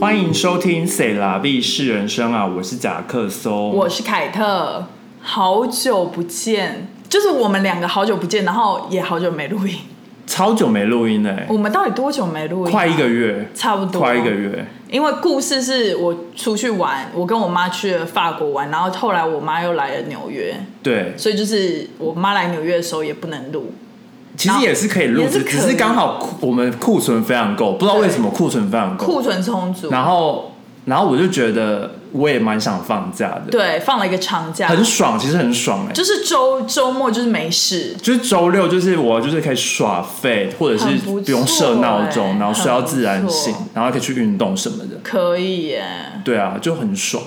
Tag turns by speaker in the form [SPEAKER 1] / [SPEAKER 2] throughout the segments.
[SPEAKER 1] 欢迎收听《塞拉币是人生》啊，我是贾克松。
[SPEAKER 2] 我是凯特，好久不见，就是我们两个好久不见，然后也好久没录音。
[SPEAKER 1] 超久没录音嘞、
[SPEAKER 2] 我们到底多久没录音、
[SPEAKER 1] 哎
[SPEAKER 2] 啊
[SPEAKER 1] 快一个。月，
[SPEAKER 2] 差不多
[SPEAKER 1] 快一个月。
[SPEAKER 2] 因为故事是我出去玩，我跟我妈去了法国玩，然后后来我妈又来了纽约，
[SPEAKER 1] 对，
[SPEAKER 2] 所以就是我妈来纽约的时候也不能录。
[SPEAKER 1] 其实也是可以录
[SPEAKER 2] 也，是
[SPEAKER 1] 只
[SPEAKER 2] 可以
[SPEAKER 1] 只是刚好库我们库存非常够，不知道为什么库存非常够。
[SPEAKER 2] 库存充足，
[SPEAKER 1] 哦然后，然后我就觉得我也蛮想放假的，
[SPEAKER 2] 对，放了一个长假，
[SPEAKER 1] 很爽，其实很爽哎、
[SPEAKER 2] 就是周周末就是没事，
[SPEAKER 1] 就是周六，就是我就是可以耍废，或者是
[SPEAKER 2] 很不错
[SPEAKER 1] 不用设闹钟，
[SPEAKER 2] 欸
[SPEAKER 1] 然后睡到自然醒
[SPEAKER 2] 很不错，
[SPEAKER 1] 然后可以去运动什么的。
[SPEAKER 2] 可以耶。
[SPEAKER 1] 对啊，就很爽，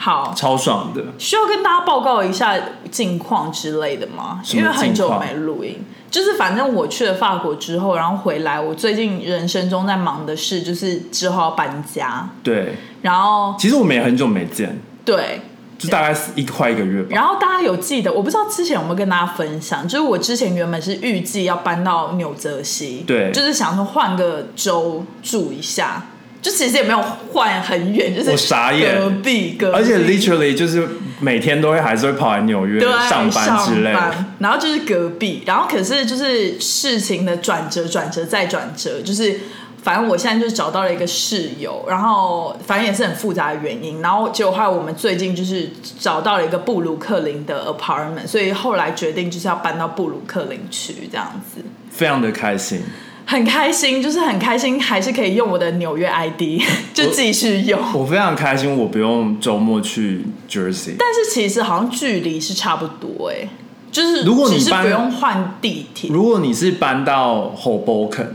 [SPEAKER 2] 好，
[SPEAKER 1] 超爽的。
[SPEAKER 2] 需要跟大家报告一下近况之类的吗？
[SPEAKER 1] 什么
[SPEAKER 2] 因为很
[SPEAKER 1] 近
[SPEAKER 2] 久
[SPEAKER 1] 况
[SPEAKER 2] 没录音，就是反正我去了法国之后，然后回来，我最近人生中在忙的事就是之后要搬家，
[SPEAKER 1] 对，
[SPEAKER 2] 然后
[SPEAKER 1] 其实我们也很久没见，
[SPEAKER 2] 对，
[SPEAKER 1] 就大概是一快一个月吧。
[SPEAKER 2] 然后大家有记得，我不知道之前有没有跟大家分享，就是我之前原本是预计要搬到纽泽西，
[SPEAKER 1] 对
[SPEAKER 2] 就是想说换个州住一下，就其实也没有换很远，就是
[SPEAKER 1] 我傻眼
[SPEAKER 2] 隔壁隔壁，
[SPEAKER 1] 而且 literally 就是每天都会还是会跑来纽约
[SPEAKER 2] 对，
[SPEAKER 1] 上班之类的，
[SPEAKER 2] 班然后就是隔壁，然后可是就是事情的转折、转折再转折，就是反正我现在就找到了一个室友，然后反正也是很复杂的原因，然后结果后来我们最近就是找到了一个布鲁克林的 apartment，所以后来决定就是要搬到布鲁克林去这样子。
[SPEAKER 1] 非常的开心。
[SPEAKER 2] 很开心，就是很开心，还是可以用我的纽约 ID 就继续用。
[SPEAKER 1] 我非常开心，我不用周末去 Jersey。
[SPEAKER 2] 但是其实好像距离是差不多哎、就是
[SPEAKER 1] 如果你
[SPEAKER 2] 只是
[SPEAKER 1] 搬
[SPEAKER 2] 不用换地铁，
[SPEAKER 1] 如果你是搬到 Hoboken，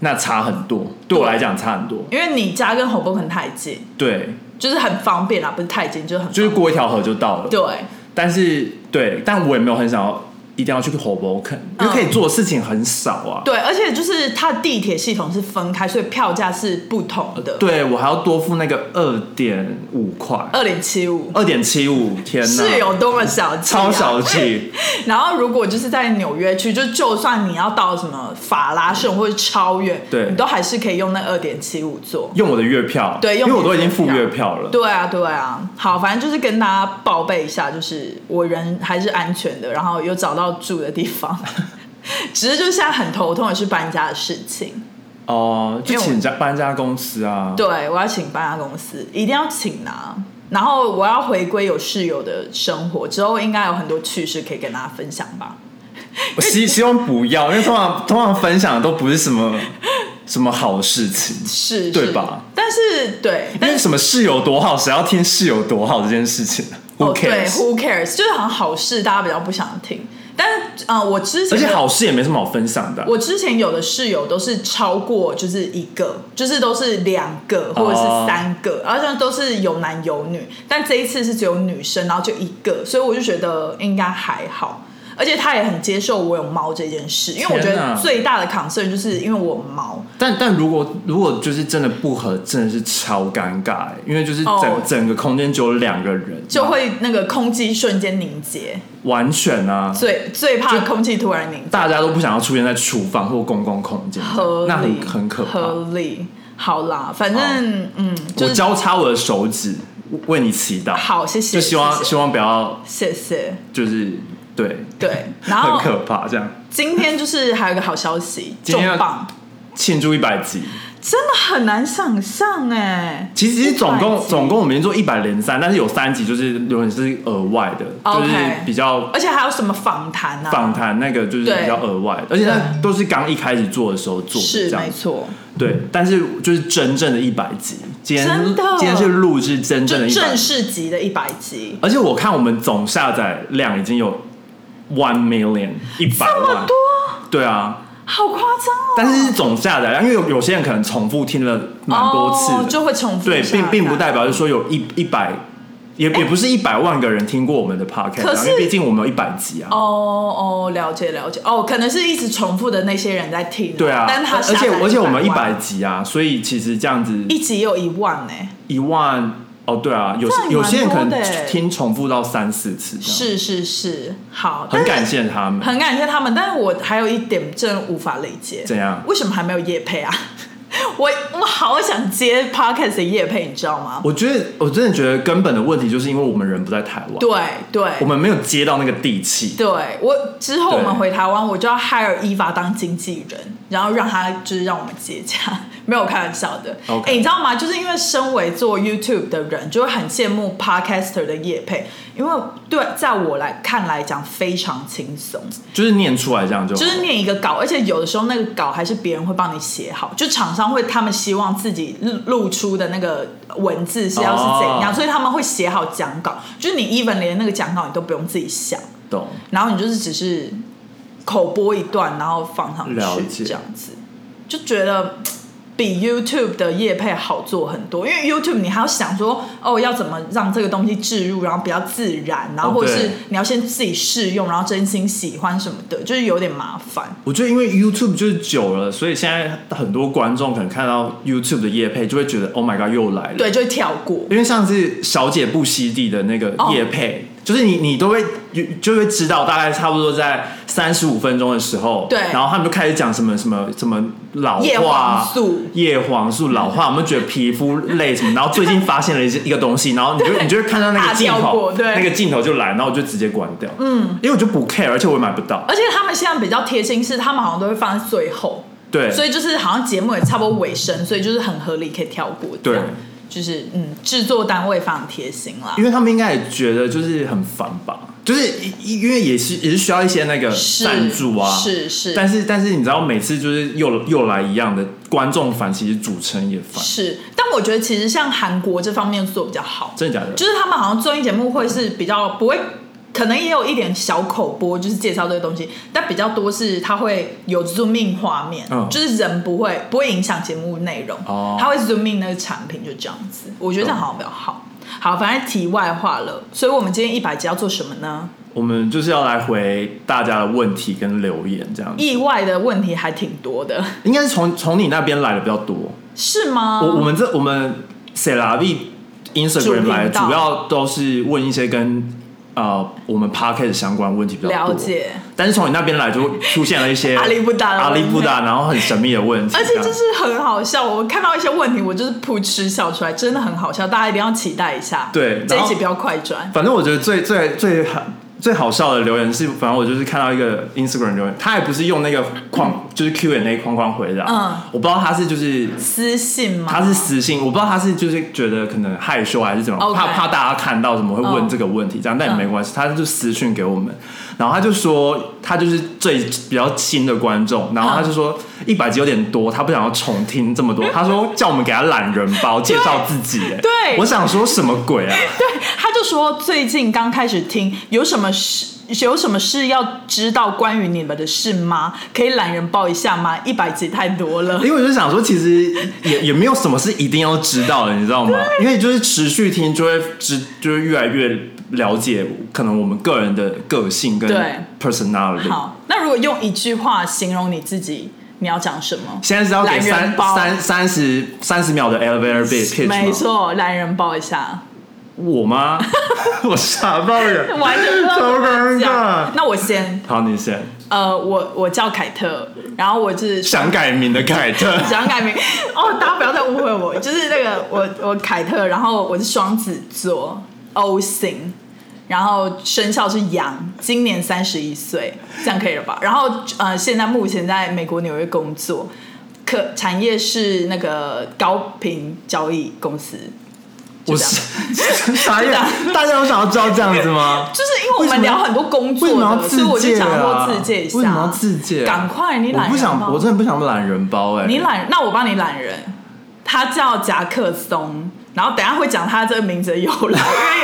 [SPEAKER 1] 那差很多，对我
[SPEAKER 2] 对
[SPEAKER 1] 来讲差很多。
[SPEAKER 2] 因为你家跟 Hoboken 太近，
[SPEAKER 1] 对，
[SPEAKER 2] 就是很方便啦，不是太近，就是很
[SPEAKER 1] 就是
[SPEAKER 2] 方便
[SPEAKER 1] 过一条河就到了。
[SPEAKER 2] 对
[SPEAKER 1] 但是对，但我也没有很想要一定要去 Hoboken，因为
[SPEAKER 2] 嗯
[SPEAKER 1] 可以做的事情很少啊。
[SPEAKER 2] 对，而且就是它的地铁系统是分开，所以票价是不同的，，
[SPEAKER 1] 对我还要多付那个二点五块，
[SPEAKER 2] 二零七五
[SPEAKER 1] 二点七五，天呐，
[SPEAKER 2] 呃是哦哎有多么小气、啊
[SPEAKER 1] 超。小气。
[SPEAKER 2] 然后如果就是在纽约区，就就算你要到什么法拉盛或者超越，
[SPEAKER 1] 对
[SPEAKER 2] 你都还是可以用那二点七五做。
[SPEAKER 1] 用我的月票，
[SPEAKER 2] 对
[SPEAKER 1] 因
[SPEAKER 2] 用
[SPEAKER 1] 为我
[SPEAKER 2] 你的
[SPEAKER 1] 都已经付
[SPEAKER 2] 月
[SPEAKER 1] 月
[SPEAKER 2] 票
[SPEAKER 1] 票了。
[SPEAKER 2] 对啊，对啊，好，反正就是跟大家报备一下，就是我人还是安全的，然后有找到住的 地方，只是就是现在很头痛的是搬家的事情。
[SPEAKER 1] 哦、就
[SPEAKER 2] 因为我
[SPEAKER 1] 请家搬家公司啊，
[SPEAKER 2] 对，我要请搬家公司，一定要请啊！然后我要回归有室友的生活，之后应该有很多趣事可以跟大家分享吧。
[SPEAKER 1] 我希希望不要，因为通常通常分享的都不是什么什么好事情，
[SPEAKER 2] 是，
[SPEAKER 1] 对
[SPEAKER 2] 是
[SPEAKER 1] 吧？
[SPEAKER 2] 但是对，
[SPEAKER 1] 因
[SPEAKER 2] 但
[SPEAKER 1] 为
[SPEAKER 2] 是
[SPEAKER 1] 什么室友多好，谁要听室友多好这件事情
[SPEAKER 2] 哦
[SPEAKER 1] ？Who
[SPEAKER 2] 对
[SPEAKER 1] cares？、
[SPEAKER 2] ，Who cares？就是好像好事大家比较不想听，但是嗯、呃我之前
[SPEAKER 1] 而且
[SPEAKER 2] 有
[SPEAKER 1] 好事也没什么好分享的啊、
[SPEAKER 2] 我之前有的室友都是超过就是一个，就是都是两个
[SPEAKER 1] 哦
[SPEAKER 2] 或者是三个，然后像都是有男有女，但这一次是只有女生，然后就一个，所以我就觉得应该还好。而且他也很接受我有猫这件事，因为我觉
[SPEAKER 1] 天哪
[SPEAKER 2] 得最大的 concern 就是因为我有猫，
[SPEAKER 1] 但但如果如果就是真的不合，真的是超尴尬、欸，因为就是整、
[SPEAKER 2] 哦
[SPEAKER 1] 整个空间只有两个人，
[SPEAKER 2] 就会那个空气瞬间凝结，
[SPEAKER 1] 完全啊，
[SPEAKER 2] 最最怕空气突然凝结。
[SPEAKER 1] 大家都不想要出现在厨房或公共空间，
[SPEAKER 2] 合理，
[SPEAKER 1] 那很很可怕。哦
[SPEAKER 2] 合理，好啦，反正、嗯，就
[SPEAKER 1] 我
[SPEAKER 2] 是
[SPEAKER 1] 交叉我的手指为你祈祷，
[SPEAKER 2] 好，谢谢，
[SPEAKER 1] 就希望
[SPEAKER 2] 谢
[SPEAKER 1] 希望不要
[SPEAKER 2] 谢谢谢，
[SPEAKER 1] 就是对，
[SPEAKER 2] 对，然
[SPEAKER 1] 很
[SPEAKER 2] 后
[SPEAKER 1] 可怕这样。
[SPEAKER 2] 今天就是还有一个好消息，
[SPEAKER 1] 今
[SPEAKER 2] 重
[SPEAKER 1] 天要
[SPEAKER 2] 磅，
[SPEAKER 1] 庆祝一百集，
[SPEAKER 2] 真的很难想象哎。
[SPEAKER 1] 其实总
[SPEAKER 2] 100
[SPEAKER 1] 共
[SPEAKER 2] 集
[SPEAKER 1] 总共我们已经做一百零三，但是有三集就是有点是额外的
[SPEAKER 2] OK
[SPEAKER 1] 就是比较
[SPEAKER 2] 而且还有什么访谈啊？
[SPEAKER 1] 访谈那个就是比较额外的，而且那
[SPEAKER 2] 对
[SPEAKER 1] 都是刚一开始做的时候做的
[SPEAKER 2] 嗯是
[SPEAKER 1] 这样
[SPEAKER 2] 没。错，
[SPEAKER 1] 对，但是就是真正的一百集，今天
[SPEAKER 2] 真的
[SPEAKER 1] 今天是录制真正的
[SPEAKER 2] 就
[SPEAKER 1] 一百
[SPEAKER 2] 正，式级的一百集，
[SPEAKER 1] 而且我看我们总下载量已经有 one million 一百
[SPEAKER 2] 这么
[SPEAKER 1] 万
[SPEAKER 2] 多，，
[SPEAKER 1] 对啊，
[SPEAKER 2] 好夸张哦！
[SPEAKER 1] 但是是总下载量，啊因为有有些人可能重复听了蛮多次的，
[SPEAKER 2] 哦就会重复
[SPEAKER 1] 对，
[SPEAKER 2] 下载
[SPEAKER 1] 并并不代表是说有一一百，也、也不是一百万个人听过我们的 podcast，、
[SPEAKER 2] 可
[SPEAKER 1] 啊、
[SPEAKER 2] 是
[SPEAKER 1] 因为毕竟我们有一百集啊。
[SPEAKER 2] 哦哦，了解了解哦，可能是一直重复的那些人在听，
[SPEAKER 1] 对啊，
[SPEAKER 2] 但是他
[SPEAKER 1] 而
[SPEAKER 2] 下载
[SPEAKER 1] 且而且我们一
[SPEAKER 2] 100
[SPEAKER 1] 百啊
[SPEAKER 2] 万
[SPEAKER 1] 集啊，所以其实这样子
[SPEAKER 2] 一集也有一万哎，
[SPEAKER 1] 一万哦，对啊，有些
[SPEAKER 2] 这样也蛮
[SPEAKER 1] 有些人可
[SPEAKER 2] 多的
[SPEAKER 1] 能
[SPEAKER 2] 欸
[SPEAKER 1] 听重复到三四次这样，
[SPEAKER 2] 是是是，好，
[SPEAKER 1] 很感
[SPEAKER 2] 但是
[SPEAKER 1] 谢他们。
[SPEAKER 2] 很感谢他们，但是我还有一点真的无法理解，
[SPEAKER 1] 怎样？
[SPEAKER 2] 为什么还没有夜配啊？ 我我好想接 podcast 的夜配，你知道吗？
[SPEAKER 1] 我觉得我真的觉得根本的问题就是因为我们人不在台湾，
[SPEAKER 2] 对对，
[SPEAKER 1] 我们没有接到那个地气。
[SPEAKER 2] 对我之后我们
[SPEAKER 1] 对
[SPEAKER 2] 回台湾，我就要 hire 伊娃当经纪人，然后让他就是让我们接洽， 没有开玩笑的。哎
[SPEAKER 1] OK
[SPEAKER 2] 你知道吗？就是因为身为做 YouTube 的人，就会很羡慕 Podcaster 的业配，因为对在我来看来讲非常轻松，
[SPEAKER 1] 就是念出来这样就好
[SPEAKER 2] 就是念一个稿，而且有的时候那个稿还是别人会帮你写好，就厂商会他们希望自己露露出的那个文字是要是怎样，
[SPEAKER 1] 哦
[SPEAKER 2] 所以他们会写好讲稿，就是你 even 连那个讲稿你都不用自己想。
[SPEAKER 1] 懂。
[SPEAKER 2] 然后你就是只是口播一段，然后放上
[SPEAKER 1] 了
[SPEAKER 2] 去
[SPEAKER 1] 解
[SPEAKER 2] 这样子，就觉得比 YouTube 的业配好做很多，因为 YouTube 你还要想说哦要怎么让这个东西置入，然后比较自然，然后
[SPEAKER 1] 哦
[SPEAKER 2] 或者
[SPEAKER 1] 对
[SPEAKER 2] 是你要先自己试用，然后真心喜欢什么的，就是有点麻烦。
[SPEAKER 1] 我觉得因为 YouTube 就是久了，所以现在很多观众可能看到 YouTube 的夜配，就会觉得 Oh my God 又来了。
[SPEAKER 2] 对，就会跳过。
[SPEAKER 1] 因为上次小姐不吸地的那个
[SPEAKER 2] 哦
[SPEAKER 1] 夜配，就是你你都会就会知道，大概差不多在三十五分钟的时候，
[SPEAKER 2] 对
[SPEAKER 1] 然后他们就开始讲什么什么什么老
[SPEAKER 2] 叶
[SPEAKER 1] 化
[SPEAKER 2] 黄素
[SPEAKER 1] 叶黄素老化，我们觉得皮肤累什么，然后最近发现了一些一个东西，然后你就你就会看到那
[SPEAKER 2] 大
[SPEAKER 1] 个镜
[SPEAKER 2] 跳
[SPEAKER 1] 头
[SPEAKER 2] 过，对
[SPEAKER 1] 那个镜头就来，然后我就直接关掉，嗯，因为我就不 care，而且我也买不到，
[SPEAKER 2] 而且他们现在比较贴心是，他们好像都会放在最后，
[SPEAKER 1] 对，
[SPEAKER 2] 所以就是好像节目也差不多尾声，所以就是很合理可以跳过这样。
[SPEAKER 1] 对
[SPEAKER 2] 就是嗯，制作单位非常贴心啦。
[SPEAKER 1] 因为他们应该也觉得就是很烦吧，就是因因为也是也是需要一些那个
[SPEAKER 2] 是
[SPEAKER 1] 赞助啊，
[SPEAKER 2] 是是，
[SPEAKER 1] 但是但是你知道，每次就是又又来一样的观众烦，其实主持人也烦，
[SPEAKER 2] 是，但我觉得其实像韩国这方面做得比较好，
[SPEAKER 1] 真的假的？
[SPEAKER 2] 就是他们好像综艺节目会是比较不会，可能也有一点小口播，就是介绍这个东西，但比较多是它会有 zoom in 画面，
[SPEAKER 1] 嗯
[SPEAKER 2] 就是人不会不会影响节目内容，
[SPEAKER 1] 哦
[SPEAKER 2] 它会 zoom in 那个产品，就这样子，我觉得这样好像比较好。
[SPEAKER 1] 嗯
[SPEAKER 2] 好，反正题外话了，所以我们今天一百集要做什么呢？
[SPEAKER 1] 我们就是要来回大家的问题跟留言这样子，
[SPEAKER 2] 意外的问题还挺多的，
[SPEAKER 1] 应该是从从你那边来的比较多。
[SPEAKER 2] 是吗？
[SPEAKER 1] 我我们这我们 c e l a v i
[SPEAKER 2] 主频
[SPEAKER 1] Instagram
[SPEAKER 2] 道
[SPEAKER 1] 来，主要都是问一些跟呃我们 Pocket 相关问题比较多。
[SPEAKER 2] 了解。
[SPEAKER 1] 但是从你那边来就出现了一些
[SPEAKER 2] 阿里不达的嗯
[SPEAKER 1] 阿里不达，然后很神秘的问题，
[SPEAKER 2] 而且
[SPEAKER 1] 这
[SPEAKER 2] 就
[SPEAKER 1] 样
[SPEAKER 2] 是很好笑，我看到一些问题，我就是噗嗤笑出来，真的很好笑，大家一定要期待一下。
[SPEAKER 1] 对
[SPEAKER 2] 这一
[SPEAKER 1] 然
[SPEAKER 2] 集
[SPEAKER 1] 后
[SPEAKER 2] 不要快转。
[SPEAKER 1] 反正我觉得最最最好最好笑的留言是，反正我就是看到一个 Instagram 留言，他也不是用那个框，就是 Q&A 框框回答。
[SPEAKER 2] 嗯
[SPEAKER 1] 我不知道他是就是
[SPEAKER 2] 私信吗？
[SPEAKER 1] 他是私信，我不知道他是就是觉得可能害羞还是怎么
[SPEAKER 2] OK 嗯
[SPEAKER 1] 怕怕大家看到怎么会问这个问题这样，但也没关系，他就私讯给我们，然后他就说他就是最比较新的观众，然后他就说
[SPEAKER 2] 嗯
[SPEAKER 1] 一百集有点多，他不想要重听这么 多，他说叫我们给他懒人包介绍自己，哎
[SPEAKER 2] 对
[SPEAKER 1] 我想说什么鬼啊？
[SPEAKER 2] 对，他就说最近刚开始听，有什么事有什么事要知道关于你们的事吗？可以懒人报一下吗？一百集太多了。
[SPEAKER 1] 因为我就想说，其实也也没有什么是一定要知道的，你知道吗？因为就是持续听，就会知，就会越来越了解可能我们个人的个性跟
[SPEAKER 2] 对
[SPEAKER 1] personality。
[SPEAKER 2] 好，那如果用一句话形容你自己，你要讲什么？
[SPEAKER 1] 现在是要给
[SPEAKER 2] 懒人
[SPEAKER 1] 三
[SPEAKER 2] 包
[SPEAKER 1] 三三十三十秒的 elevator pitch 吗？
[SPEAKER 2] 没错，懒人报 一下。
[SPEAKER 1] 我吗？ 我傻爆了，
[SPEAKER 2] 完全不知道怎么
[SPEAKER 1] 超尴尬
[SPEAKER 2] 讲。那我先，
[SPEAKER 1] 好，你先
[SPEAKER 2] 呃，我我叫凯特，然后我是
[SPEAKER 1] 想改名的凯 特，
[SPEAKER 2] 想改名哦，大家不要再误会我，就是那个我我凯特，然后我是双子座 O 型，然后生肖是羊，今年三十一岁，这样可以了吧？然后呃，现在目前在美国纽约工作，可产业是那个高频交易公司，
[SPEAKER 1] 我
[SPEAKER 2] 这样
[SPEAKER 1] 是傻眼，大家有想要知道这样子吗？
[SPEAKER 2] 就是因为我
[SPEAKER 1] 为什
[SPEAKER 2] 们
[SPEAKER 1] 么
[SPEAKER 2] 聊很多工
[SPEAKER 1] 为
[SPEAKER 2] 作
[SPEAKER 1] 什么要
[SPEAKER 2] 的，
[SPEAKER 1] 自
[SPEAKER 2] 所以我就
[SPEAKER 1] 介
[SPEAKER 2] 想
[SPEAKER 1] 啊？
[SPEAKER 2] 说自介一下，
[SPEAKER 1] 为什么要自介？啊
[SPEAKER 2] 赶快你懒
[SPEAKER 1] 我
[SPEAKER 2] 人
[SPEAKER 1] 不
[SPEAKER 2] 包
[SPEAKER 1] 想，我真的不想懒人包哎、
[SPEAKER 2] 你懒，那我帮你懒人。他叫夹克松，然后等一下会讲他这个名字的由 来，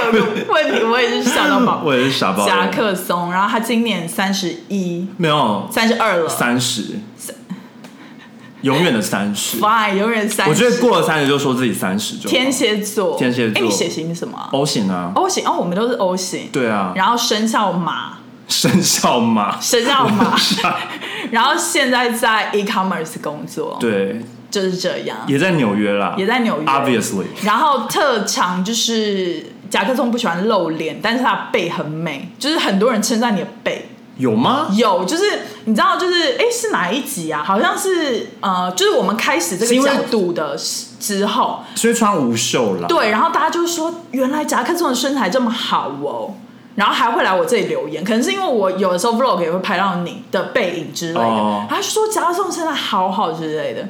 [SPEAKER 2] 因为有个问题我也是笑到爆。
[SPEAKER 1] 我也是傻包。
[SPEAKER 2] 夹克松，然后他今年三十一、
[SPEAKER 1] 没有
[SPEAKER 2] 三十二了
[SPEAKER 1] 三十，永远的三十。
[SPEAKER 2] ，Fine，永远三十。
[SPEAKER 1] 我觉得过了三十就说自己三十就好
[SPEAKER 2] 天蝎座，
[SPEAKER 1] 天蝎座
[SPEAKER 2] 哎，你血型是什么啊
[SPEAKER 1] O 型啊，
[SPEAKER 2] ？O 型哦，我们都是 O 型。
[SPEAKER 1] 对啊，
[SPEAKER 2] 然后生肖马，
[SPEAKER 1] 生肖马，
[SPEAKER 2] 生 肖马，
[SPEAKER 1] 傻
[SPEAKER 2] 然后现在在 e-commerce 工作，，
[SPEAKER 1] 对，
[SPEAKER 2] 就是这样，
[SPEAKER 1] 也在纽约啦，
[SPEAKER 2] 也在纽约。
[SPEAKER 1] Obviously，
[SPEAKER 2] 然后特长就是甲克松不喜欢露脸，但是他的背很美，就是很多人称赞你的背，
[SPEAKER 1] 有吗？
[SPEAKER 2] 有，就是你知道，就是哎，是哪一集啊？好像是呃，就是我们开始这
[SPEAKER 1] 是因
[SPEAKER 2] 个
[SPEAKER 1] 为
[SPEAKER 2] 角度的之后，
[SPEAKER 1] 所以穿无袖啦。
[SPEAKER 2] 对，然后大家就说，原来夹克松的身材这么好哦，然后还会来我这里留言，可能是因为我有的时候 vlog 也会拍到你的背影之类的，
[SPEAKER 1] 哦
[SPEAKER 2] 他就说夹克松的身材好好之类的，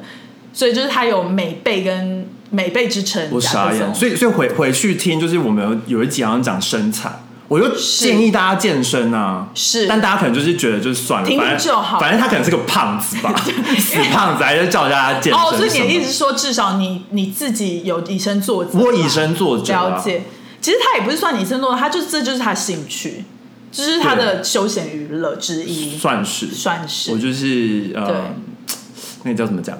[SPEAKER 2] 所以就是他有美背跟美背之称，
[SPEAKER 1] 我
[SPEAKER 2] 夹
[SPEAKER 1] 傻
[SPEAKER 2] 克
[SPEAKER 1] 眼。
[SPEAKER 2] 松。
[SPEAKER 1] 所以所以回回去听，就是我们有有一集好像讲身材。我就是建议大家健身啊，
[SPEAKER 2] 是
[SPEAKER 1] 但大家可能就是觉得就是算了，
[SPEAKER 2] 听听
[SPEAKER 1] 反正
[SPEAKER 2] 就好
[SPEAKER 1] 反正他可能是个胖子 吧，死胖子，还是叫大家健身什么
[SPEAKER 2] 哦，
[SPEAKER 1] 的。
[SPEAKER 2] 所以你的意思是说，至少你你自己有以身作则吧，
[SPEAKER 1] 我以身作则啊
[SPEAKER 2] 了解。其实他也不是算你以身作则，他就是这就是他兴趣，这、就是他的休闲娱乐之一，
[SPEAKER 1] 算是
[SPEAKER 2] 算是
[SPEAKER 1] 我就是呃，那个叫怎么讲，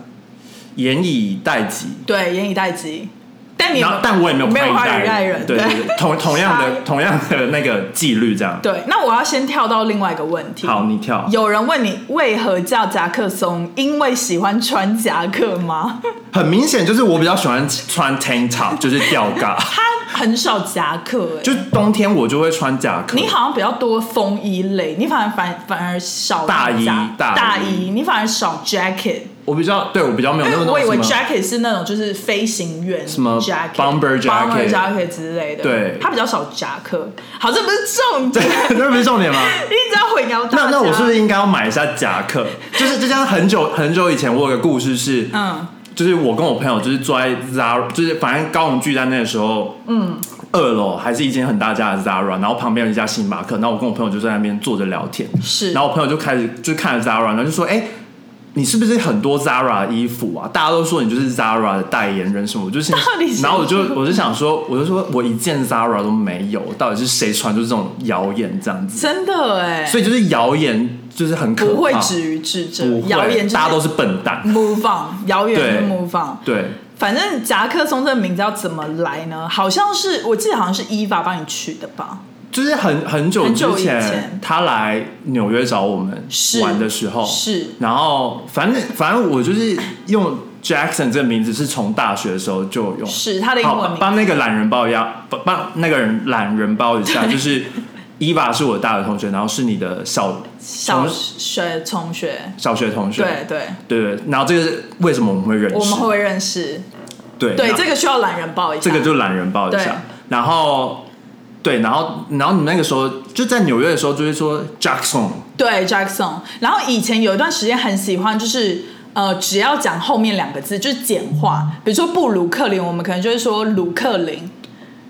[SPEAKER 1] 严以待己。
[SPEAKER 2] 对，严以待机。但你有
[SPEAKER 1] 然后
[SPEAKER 2] 没有，
[SPEAKER 1] 但我也没有
[SPEAKER 2] 没有
[SPEAKER 1] 宽以待
[SPEAKER 2] 以待人，
[SPEAKER 1] 对对对，同同样
[SPEAKER 2] 傻
[SPEAKER 1] 的
[SPEAKER 2] 眼
[SPEAKER 1] 同样的那个纪律这样。
[SPEAKER 2] 对。那我要先跳到另外一个问题。
[SPEAKER 1] 好，你跳。
[SPEAKER 2] 有人问你为何叫夹克松？因为喜欢穿夹克吗？
[SPEAKER 1] 很明显就是我比较喜欢穿 tank top，就是吊嘎。
[SPEAKER 2] 他很少夹克、欸，
[SPEAKER 1] 就冬天我就会穿夹克。
[SPEAKER 2] 你好像比较多风衣类，你反而反反而少
[SPEAKER 1] 大衣
[SPEAKER 2] 夹
[SPEAKER 1] 大衣
[SPEAKER 2] 大衣，你反而少 jacket。
[SPEAKER 1] 我比较对我比较没有
[SPEAKER 2] 因
[SPEAKER 1] 那么
[SPEAKER 2] 为
[SPEAKER 1] 那
[SPEAKER 2] 我以为
[SPEAKER 1] 种什么
[SPEAKER 2] jacket 是那种就是飞行员
[SPEAKER 1] 什么
[SPEAKER 2] jacket、
[SPEAKER 1] bomber jacket
[SPEAKER 2] bomber jacket 之类的，
[SPEAKER 1] 对
[SPEAKER 2] 他比较少夹克。好，这不是重点，
[SPEAKER 1] 对， 这不是重点吗？
[SPEAKER 2] 你只要混淆大家。
[SPEAKER 1] 那那我是不是应该要买一下夹克？就是就像很久很久以前，我有个故事是，
[SPEAKER 2] 嗯，
[SPEAKER 1] 就是我跟我朋友就是坐在 Zara，就是反正高雄巨蛋那个时候，嗯，二楼还是一间很大家的 Zara，然后旁边有一家星巴克，然后我跟我朋友就在那边坐着聊天，
[SPEAKER 2] 是
[SPEAKER 1] 然后我朋友就开始就看了 Zara，然后就说：“哎、你是不是很多 Zara 的衣服啊？大家都说你就是 Zara 的代言人什么？”我就心
[SPEAKER 2] 到底谁
[SPEAKER 1] 然后我就我就想说，我就说我一件 Zara 都没有，到底是谁传出这种谣言这样 子？
[SPEAKER 2] 真的哎、
[SPEAKER 1] 所以就是谣言就是很可怕，
[SPEAKER 2] 不会止于智者
[SPEAKER 1] 不，会
[SPEAKER 2] 谣言就是嗯
[SPEAKER 1] 大家都是笨蛋，
[SPEAKER 2] move on，谣言就是
[SPEAKER 1] 对
[SPEAKER 2] move on。
[SPEAKER 1] 对，
[SPEAKER 2] 反正夹克松这个名字要怎么来呢？好像是我记得好像是伊娃帮你取的吧？
[SPEAKER 1] 就是很很久
[SPEAKER 2] 很
[SPEAKER 1] 之
[SPEAKER 2] 久以
[SPEAKER 1] 前
[SPEAKER 2] 前
[SPEAKER 1] 他来纽约找我们
[SPEAKER 2] 是
[SPEAKER 1] 玩的时候，
[SPEAKER 2] 是
[SPEAKER 1] 然后反正反正我就是用 Jackson 这个名字是从大学的时候就用，
[SPEAKER 2] 是他的英文
[SPEAKER 1] 好
[SPEAKER 2] 名字
[SPEAKER 1] 帮那个懒人包一样，帮帮那个人懒人包一 下，就是 Eva 是我大学同学，然后是你的小
[SPEAKER 2] 小
[SPEAKER 1] 从
[SPEAKER 2] 学同学，
[SPEAKER 1] 小学同学，
[SPEAKER 2] 对对，
[SPEAKER 1] 对对，然后这个是为什么我们会认识？
[SPEAKER 2] 我们会认识。
[SPEAKER 1] 对
[SPEAKER 2] 对，
[SPEAKER 1] 那
[SPEAKER 2] 这个需要懒人抱一下。
[SPEAKER 1] 这个就懒人抱一
[SPEAKER 2] 对
[SPEAKER 1] 下，然后对，然后然后你那个时候就在纽约的时候就会说 Jackson，
[SPEAKER 2] 对 Jackson。然后以前有一段时间很喜欢，就是呃，只要讲后面两个字就是简化，比如说布鲁克林，我们可能就会说鲁克林，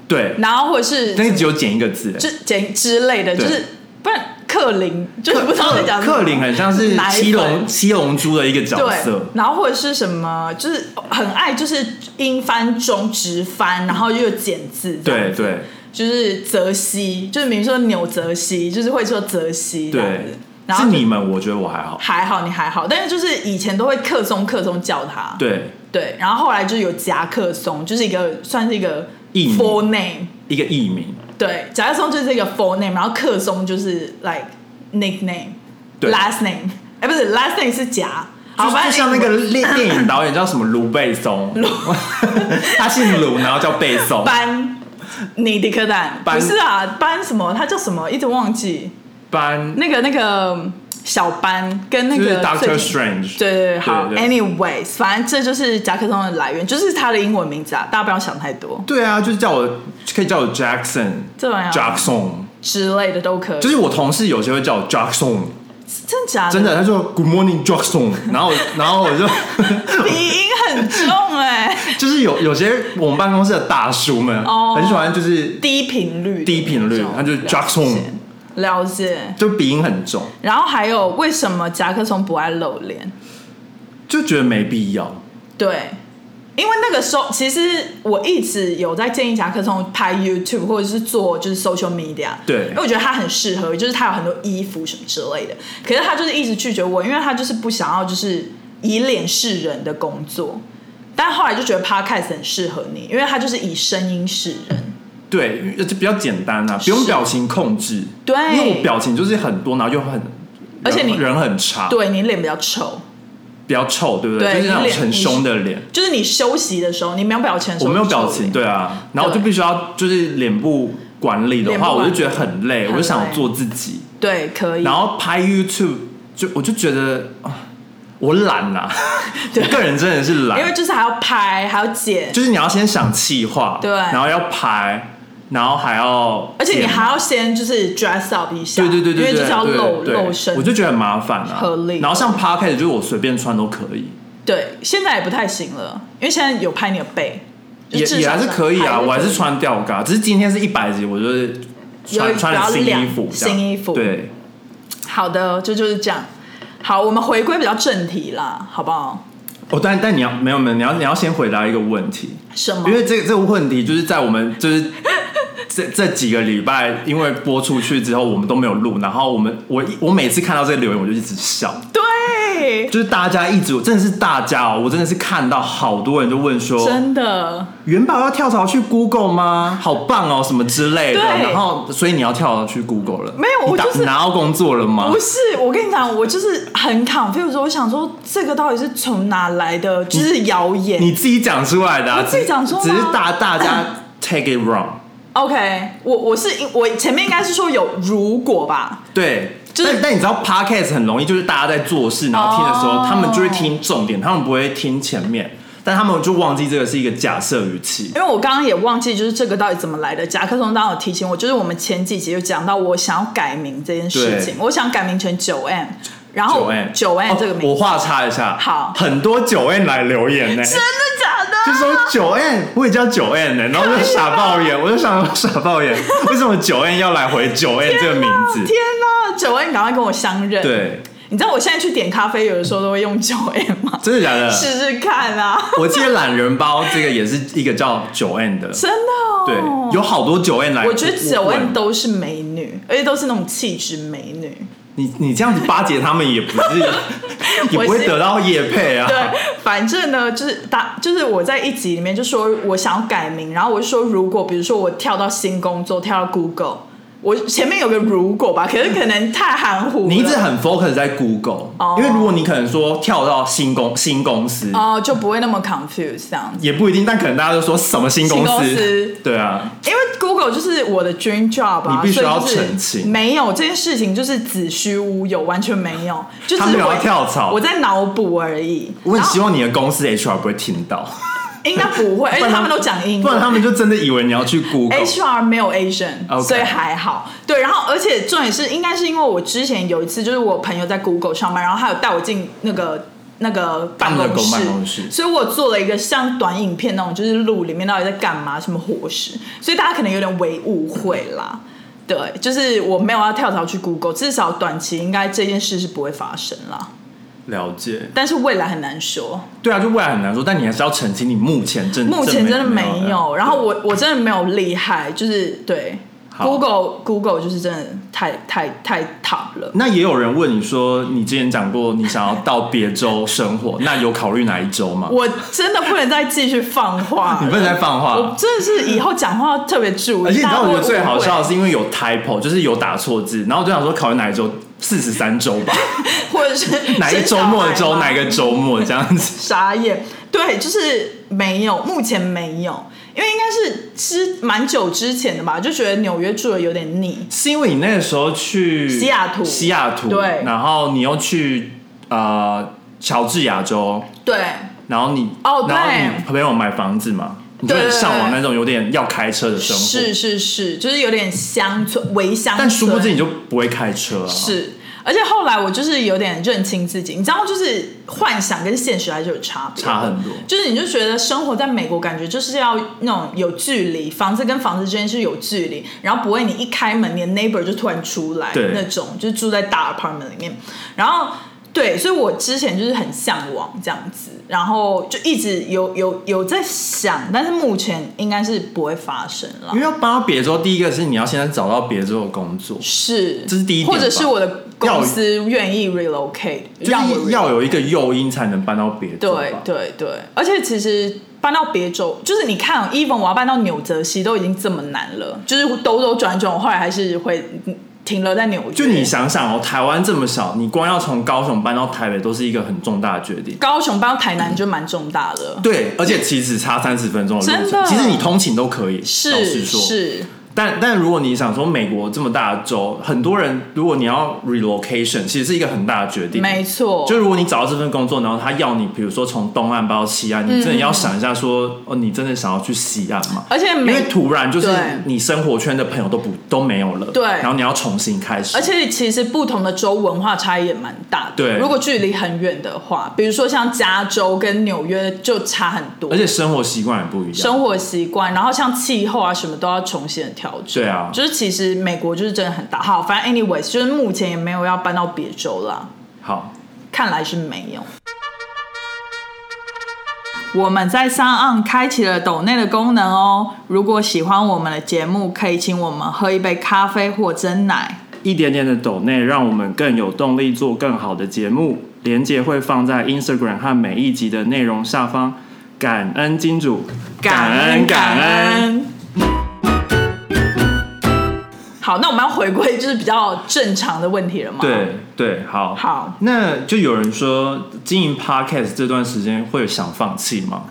[SPEAKER 1] 对，
[SPEAKER 2] 然后或者是
[SPEAKER 1] 那个只有减一个字，
[SPEAKER 2] 之简之类的，就
[SPEAKER 1] 对
[SPEAKER 2] 是不然克林就是不知道在讲什么
[SPEAKER 1] 克林很像是
[SPEAKER 2] 奶粉
[SPEAKER 1] 七龙七龙珠的一个角
[SPEAKER 2] 对
[SPEAKER 1] 色，，
[SPEAKER 2] 然后或者是什么，就是很爱就是英翻中直翻，然后又简字，
[SPEAKER 1] 对，对
[SPEAKER 2] 就是泽西，就是比如说纽泽西，就是会说泽西这样
[SPEAKER 1] 对
[SPEAKER 2] 子。然，后
[SPEAKER 1] 是
[SPEAKER 2] 就
[SPEAKER 1] 你们，我觉得我还好，
[SPEAKER 2] 还好，你还好，但是就是以前都会克松克松叫他，
[SPEAKER 1] 对，
[SPEAKER 2] 对然后后来就是有夹克松，就是一个算是一个
[SPEAKER 1] 艺名
[SPEAKER 2] full name，
[SPEAKER 1] 一个艺名，
[SPEAKER 2] 对，夹克松就是一个 full name，然后克松就是 like nickname
[SPEAKER 1] 对
[SPEAKER 2] last name，哎不是 last name 是夹，
[SPEAKER 1] 就
[SPEAKER 2] 好
[SPEAKER 1] 是
[SPEAKER 2] 反
[SPEAKER 1] 就
[SPEAKER 2] 正
[SPEAKER 1] 像那个电电影导演叫什么卢贝松， 他姓卢，然后叫贝松，
[SPEAKER 2] 班尼迪克蛋，
[SPEAKER 1] 班
[SPEAKER 2] 不是啊，班什么？他叫什么？一直忘记。
[SPEAKER 1] 班
[SPEAKER 2] 那个那个小班跟那
[SPEAKER 1] 就
[SPEAKER 2] 个
[SPEAKER 1] 是 Doctor
[SPEAKER 2] 最近
[SPEAKER 1] Strange，
[SPEAKER 2] 对对对，好
[SPEAKER 1] 对对
[SPEAKER 2] ，anyways，反正这就是夹克松的来源，就是他的英文名字啊，大家不要想太多，
[SPEAKER 1] 对啊，就是叫我可以叫我 Jackson
[SPEAKER 2] 这玩意儿
[SPEAKER 1] Jackson。
[SPEAKER 2] 之类的都可以。
[SPEAKER 1] 就是我同事有些会叫我 Jackson，
[SPEAKER 2] 真假
[SPEAKER 1] 真的，他说 Good morning Jackson，然后我然后我就
[SPEAKER 2] 鼻音很重哎、
[SPEAKER 1] 就是有有些我们办公室的大叔们
[SPEAKER 2] 哦
[SPEAKER 1] 很喜欢，就是
[SPEAKER 2] 低频率的那种，
[SPEAKER 1] 低频率他就是
[SPEAKER 2] 了解
[SPEAKER 1] Jackson
[SPEAKER 2] 了解。
[SPEAKER 1] 就鼻音很重，
[SPEAKER 2] 然后还有为什么夹克松不爱露脸？
[SPEAKER 1] 就觉得没必要。
[SPEAKER 2] 对，因为那个时候其实我一直有在建议夹克松拍 YouTube 或者是做就是 social media，
[SPEAKER 1] 对
[SPEAKER 2] 因为我觉得他很适合，就是他有很多衣服什么之类的。可是他就是一直拒绝我，因为他就是不想要就是以脸示人的工作。但后来就觉得 podcast 很适合你，因为他就是以声音示人。
[SPEAKER 1] 嗯对，就比较简单啊，不用
[SPEAKER 2] 是
[SPEAKER 1] 表情控制。
[SPEAKER 2] 对
[SPEAKER 1] 因为我表情就是很多，然后又很，
[SPEAKER 2] 而且你
[SPEAKER 1] 人很差，，
[SPEAKER 2] 对你脸比较丑，
[SPEAKER 1] 比较臭，对不对？
[SPEAKER 2] 对
[SPEAKER 1] 就是那种
[SPEAKER 2] 你脸
[SPEAKER 1] 很凶的脸，
[SPEAKER 2] 就是你休息的时候，你没有表情的时
[SPEAKER 1] 我
[SPEAKER 2] 候，
[SPEAKER 1] 没有表情，，对啊，然后我就
[SPEAKER 2] 对
[SPEAKER 1] 必须要就是脸部管理的
[SPEAKER 2] 脸
[SPEAKER 1] 话，
[SPEAKER 2] 部管
[SPEAKER 1] 我
[SPEAKER 2] 理
[SPEAKER 1] 就觉得很累，
[SPEAKER 2] 很累
[SPEAKER 1] 我就想做自己，
[SPEAKER 2] 对，可以
[SPEAKER 1] 然。后拍 YouTube 就我就觉得啊我懒 啦、我个人真的是
[SPEAKER 2] 因为
[SPEAKER 1] 懒，
[SPEAKER 2] 就是还要拍，还要剪，
[SPEAKER 1] 就是你要先想气话，
[SPEAKER 2] 对
[SPEAKER 1] 然后要拍，然后还要，
[SPEAKER 2] 而且你还要先就是 dress up 一下，
[SPEAKER 1] 对。对对对对对，
[SPEAKER 2] 因为就是要露
[SPEAKER 1] 对
[SPEAKER 2] 露身
[SPEAKER 1] 我就觉得很麻烦啊。
[SPEAKER 2] 合理
[SPEAKER 1] 然后像 Podcast 就是我随便穿都可以，
[SPEAKER 2] 对，现在也不太行了，因为现在有拍你的背，就
[SPEAKER 1] 也
[SPEAKER 2] 至少
[SPEAKER 1] 也还是可以啊，我还
[SPEAKER 2] 可
[SPEAKER 1] 是穿吊嘎，只是今天是一百集，我就是
[SPEAKER 2] 有
[SPEAKER 1] 穿
[SPEAKER 2] 比
[SPEAKER 1] 穿了
[SPEAKER 2] 较
[SPEAKER 1] 新
[SPEAKER 2] 亮
[SPEAKER 1] 衣服这样，
[SPEAKER 2] 新衣服
[SPEAKER 1] 对，
[SPEAKER 2] 好的，这就是这样。好，我们回归比较正题啦，好不好？
[SPEAKER 1] 哦，但但你要没有没有，你要你要先回答一个问题，
[SPEAKER 2] 什么
[SPEAKER 1] 因？为这个这个问题就是在我们就是这这几个礼拜，因为播出去之后我们都没有录，然后我们我一我每次看到这个留言我就一直笑，
[SPEAKER 2] 对，
[SPEAKER 1] 就是大家一直真的是大家哦，我真的是看到好多人就问说，
[SPEAKER 2] 真的，
[SPEAKER 1] 元宝要跳槽去 Google 吗？好棒哦，什么之类的。
[SPEAKER 2] 对
[SPEAKER 1] 然后，所以你要跳槽去 Google 了？
[SPEAKER 2] 没有我
[SPEAKER 1] 你打
[SPEAKER 2] 就是
[SPEAKER 1] 拿到工作了吗
[SPEAKER 2] 不？是我跟你讲，我就是很 confused，我想说这个到底是从哪来的，就是谣言。
[SPEAKER 1] 你自己讲出来的、啊，
[SPEAKER 2] 我自己讲出来吗
[SPEAKER 1] 只是大大 家 take it wrong。
[SPEAKER 2] OK，我我是我前面应该是说有如果吧，
[SPEAKER 1] 对，
[SPEAKER 2] 就是
[SPEAKER 1] 但但你知道 podcast 很容易，就是大家在做事，然后听的时候
[SPEAKER 2] 哦
[SPEAKER 1] 他们就会听重点，他们不会听前面，但他们就忘记这个是一个假设语气。
[SPEAKER 2] 因为我刚刚也忘记，就是这个到底怎么来的。甲壳虫当然有提醒我，就是我们前几集有讲到我想要改名这件事情，我想改名成九 M，然后
[SPEAKER 1] 九 N 哦
[SPEAKER 2] 九 M 这个名字、
[SPEAKER 1] 我话插一下，
[SPEAKER 2] 好啊
[SPEAKER 1] 很多九 N 来留言呢、
[SPEAKER 2] 真的假的？
[SPEAKER 1] 就说九 N，我也叫九 N 呢、然后我就傻爆眼，我就想说傻爆眼，为什么九 N 要来回九 N 这个名字？
[SPEAKER 2] 天哪，九 M 赶快跟我相认。，
[SPEAKER 1] 对，
[SPEAKER 2] 你知道我现在去点咖啡，有的时候都会用九 M 吗？
[SPEAKER 1] 真的假的？
[SPEAKER 2] 试试看啊，
[SPEAKER 1] 我记得懒人包这个也是一个叫九 N 的，
[SPEAKER 2] 真的、哦。
[SPEAKER 1] 对，有好多九 N 来问。
[SPEAKER 2] 我觉得九 M 都是美女，而且都是那种气质美女。
[SPEAKER 1] 你你这样子巴结他们也不是，也不
[SPEAKER 2] 我
[SPEAKER 1] 会
[SPEAKER 2] 是
[SPEAKER 1] 得到业配啊。
[SPEAKER 2] 对，反正呢，就是大，就是我在一集里面就说我想要改名，然后我就说如果比如说我跳到新工作，跳到 Google，我前面有个如果吧，可是可能太含糊了。
[SPEAKER 1] 你一直很 focus 在 Google，、
[SPEAKER 2] 哦
[SPEAKER 1] 因为如果你可能说跳到新公新公司、
[SPEAKER 2] 哦、就不会那么 confuse 这样子。
[SPEAKER 1] 也不一定，但可能大家都说什么新公
[SPEAKER 2] 新公司
[SPEAKER 1] 对啊，
[SPEAKER 2] 因为 Google 就是我的 dream job 啊，
[SPEAKER 1] 你必须要
[SPEAKER 2] 所以就是
[SPEAKER 1] 澄清
[SPEAKER 2] 没有这件事情就是子虚乌有，完全没有，就只
[SPEAKER 1] 他
[SPEAKER 2] 是
[SPEAKER 1] 没有
[SPEAKER 2] 我
[SPEAKER 1] 要跳槽
[SPEAKER 2] 我在脑补而已。
[SPEAKER 1] 我很
[SPEAKER 2] 然后
[SPEAKER 1] 希望你的公司 HR 不会听到，
[SPEAKER 2] 应该不会，而且
[SPEAKER 1] 不然他
[SPEAKER 2] 他们都讲英
[SPEAKER 1] 不
[SPEAKER 2] 文
[SPEAKER 1] 然。他们就真的以为你要去 Google。
[SPEAKER 2] HR 没有 Asian，、
[SPEAKER 1] OK
[SPEAKER 2] 所以还好。对，然后而且重点是，应该是因为我之前有一次，就是我朋友在 Google 上班，然后他有带我进那个那个办
[SPEAKER 1] 他们的
[SPEAKER 2] 公室，
[SPEAKER 1] 办公室
[SPEAKER 2] 所以我做了一个像短影片那种，就是录里面到底在干嘛，什么伙食，所以大家可能有点微误会啦。对，就是我没有要跳槽去 Google，至少短期应该这件事是不会发生啦。
[SPEAKER 1] 了解，
[SPEAKER 2] 但是未来很难说。
[SPEAKER 1] 对啊，就未来很难说，但你还是要澄清你目前真
[SPEAKER 2] 目前真的没有。
[SPEAKER 1] 有。哎
[SPEAKER 2] 然后我我真的没有厉害，就是对
[SPEAKER 1] 好
[SPEAKER 2] Google Google 就是真的太太太 top 了。
[SPEAKER 1] 那也有人问你说，你之前讲过你想要到别州生活，那有考虑哪一州吗？
[SPEAKER 2] 我真的不能再继续放话
[SPEAKER 1] 你不
[SPEAKER 2] 了，
[SPEAKER 1] 能再放
[SPEAKER 2] 我
[SPEAKER 1] 话。
[SPEAKER 2] 真的是以后讲话要特别注意。
[SPEAKER 1] 而且你知道，我觉得最好笑
[SPEAKER 2] 大家
[SPEAKER 1] 的是，因为有 typo，就是有打错字，然后我就想说考虑哪一州，四十三州 吧，
[SPEAKER 2] 会误会，或者是
[SPEAKER 1] 哪一周末的
[SPEAKER 2] 生小
[SPEAKER 1] 州，
[SPEAKER 2] 孩吗
[SPEAKER 1] 哪个周末这样子。
[SPEAKER 2] 傻眼，对，就是没有，目前没有，因为应该是之蛮久之前的吧，就觉得纽约住的有点腻。
[SPEAKER 1] 是因为你那个时候去
[SPEAKER 2] 西雅图
[SPEAKER 1] 西雅图，
[SPEAKER 2] 对
[SPEAKER 1] 然后你又去呃乔治亚州，
[SPEAKER 2] 对，
[SPEAKER 1] 然后你
[SPEAKER 2] 哦
[SPEAKER 1] 然后
[SPEAKER 2] 对
[SPEAKER 1] 你朋友买房子嘛，你就
[SPEAKER 2] 对
[SPEAKER 1] 很
[SPEAKER 2] 对对
[SPEAKER 1] 向往那种有点要开车的生活，
[SPEAKER 2] 是是是，就是有点乡村，微乡村。
[SPEAKER 1] 但殊不知你就不会开车啊，
[SPEAKER 2] 是，而且后来我就是有点认清自己，你知道，就是幻想跟现实还是有差别，
[SPEAKER 1] 差很多。
[SPEAKER 2] 就是你就觉得生活在美国，感觉就是要那种有距离，房子跟房子之间是有距离，然后不会你一开门，你的 neighbor 就突然出来
[SPEAKER 1] 对
[SPEAKER 2] 那种，就是住在大 apartment 里面，然后。对，所以我之前就是很向往这样子，然后就一直有有有在想，但是目前应该是不会发生了
[SPEAKER 1] 因。为要搬到别州，第一个是你要现在找到别州的工作，
[SPEAKER 2] 是，
[SPEAKER 1] 这是第一点吧
[SPEAKER 2] 或者是我的公司愿意 relocate，
[SPEAKER 1] 就
[SPEAKER 2] 让我
[SPEAKER 1] 是要有一个诱因才能搬到别
[SPEAKER 2] relocate
[SPEAKER 1] 州吧。
[SPEAKER 2] 哎对对对，而且其实搬到别州，就是你看、哦、，even 我要搬到纽泽西都已经这么难了，就是兜兜转转，我后来还是会嗯停留在纽约。
[SPEAKER 1] 就你想想哦，台湾这么小，你光要从高雄搬到台北都是一个很重大的决定。
[SPEAKER 2] 高雄搬到台南就蛮重大的，
[SPEAKER 1] 对，而且其实只差三十分钟的路
[SPEAKER 2] 真的
[SPEAKER 1] 程，其实你通勤都可以。老
[SPEAKER 2] 是
[SPEAKER 1] 实说，
[SPEAKER 2] 是，
[SPEAKER 1] 但但如果你想说美国这么大的州，很多人如果你要 relocation，其实是一个很大的决定。
[SPEAKER 2] 没错，
[SPEAKER 1] 就如果你找到这份工作，然后他要你，比如说从东岸搬到西岸，你真的要想一下说，哦，你真的想要去西岸吗？
[SPEAKER 2] 嗯而且
[SPEAKER 1] 因
[SPEAKER 2] 美
[SPEAKER 1] 为突然就是
[SPEAKER 2] 对
[SPEAKER 1] 你生活圈的朋友都不都没有了，
[SPEAKER 2] 对
[SPEAKER 1] 然后你要重新开始，
[SPEAKER 2] 而且其实不同的州文化差异也蛮大的。
[SPEAKER 1] 对
[SPEAKER 2] 如果距离很远的话，比如说像加州跟纽约就差很多
[SPEAKER 1] 而，且生活习惯也不一样。
[SPEAKER 2] 生活习惯，然后像气候啊什么都要重新的调整。
[SPEAKER 1] 对啊，
[SPEAKER 2] 就是其实美国就是真的很大，好，反正 anyways，就是目前也没有要搬到别州啦，
[SPEAKER 1] 好，
[SPEAKER 2] 看来是没有。我们在上岸开启了抖内的功能哦，如果喜欢我们的节目，可以请我们喝一杯咖啡或蒸奶。
[SPEAKER 1] 一点点的抖内，让我们更有动力做更好的节目。连接会放在 Instagram 和每一集的内容下方。感恩金主，感恩。。
[SPEAKER 2] 好，那我们要回归就是比较正常的问题了嘛？，
[SPEAKER 1] 对对，好，
[SPEAKER 2] 好。
[SPEAKER 1] 那就有人说，经营 podcast 这段时间会有想放弃吗？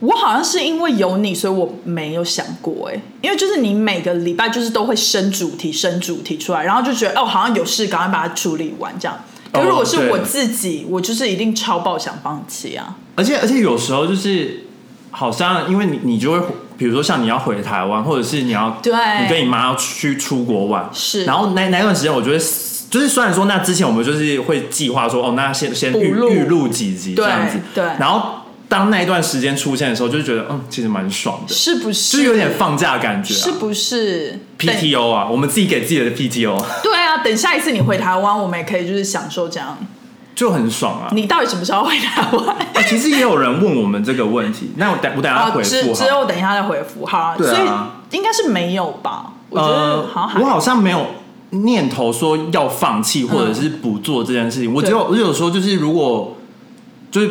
[SPEAKER 2] 我好像是因为有你，所以我没有想过哎、因为就是你每个礼拜就是都会生主题、生主题出来，然后就觉得哦，好像有事，赶快把它处理完这样。可
[SPEAKER 1] 哦
[SPEAKER 2] 是如果是
[SPEAKER 1] 对
[SPEAKER 2] 我自己，我就是一定超爆想放弃啊！
[SPEAKER 1] 而且而且有时候就是，好像因为你你就会，比如说像你要回台湾，或者是你要
[SPEAKER 2] 对
[SPEAKER 1] 你跟你妈要去出国玩，
[SPEAKER 2] 是
[SPEAKER 1] 然后那那段时间，我觉得就是虽然说那之前我们就是会计划说，哦，那先先预
[SPEAKER 2] 补录
[SPEAKER 1] 预录几集这样子，
[SPEAKER 2] 对对
[SPEAKER 1] 然后当那一段时间出现的时候，就觉得嗯，其实蛮爽的，
[SPEAKER 2] 是不？
[SPEAKER 1] 就是是有点放假的感觉、
[SPEAKER 2] 是
[SPEAKER 1] 啊。
[SPEAKER 2] 不是
[SPEAKER 1] PTO 啊，我们自己给自己的 PTO
[SPEAKER 2] 等对啊，等下一次你回台湾，我们也可以就是享受这样。
[SPEAKER 1] 就很爽啊。
[SPEAKER 2] 你到底什么时候回台湾？
[SPEAKER 1] 哎其实也有人问我们这个问题，那我等我等下
[SPEAKER 2] 啊，
[SPEAKER 1] 回
[SPEAKER 2] 之
[SPEAKER 1] 复
[SPEAKER 2] 之
[SPEAKER 1] 哈。
[SPEAKER 2] 后等一下再回复，好、啊，
[SPEAKER 1] 对啊呃
[SPEAKER 2] 所以应该是没有吧？我觉得好像还
[SPEAKER 1] 我好像没有念头说要放弃或者是不做这件事情。我只有我有时候就是如果就是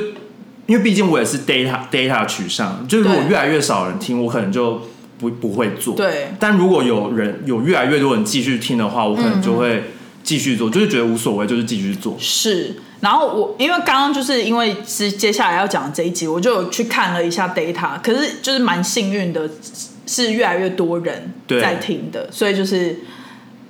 [SPEAKER 1] 因为毕竟我也是 data data 取向，就是如果
[SPEAKER 2] 对
[SPEAKER 1] 越来越少人听，我可能就不不会做。
[SPEAKER 2] 对
[SPEAKER 1] 但如果有人有越来越多人继续听的话，我可能就会继续做，就是觉得无所谓，就是继续做。
[SPEAKER 2] 嗯是。啊然后我因为刚刚就是因为是接下来要讲的这一集，我就有去看了一下 data，可是就是蛮幸运的，是越来越多人
[SPEAKER 1] 对
[SPEAKER 2] 在听的，所以就是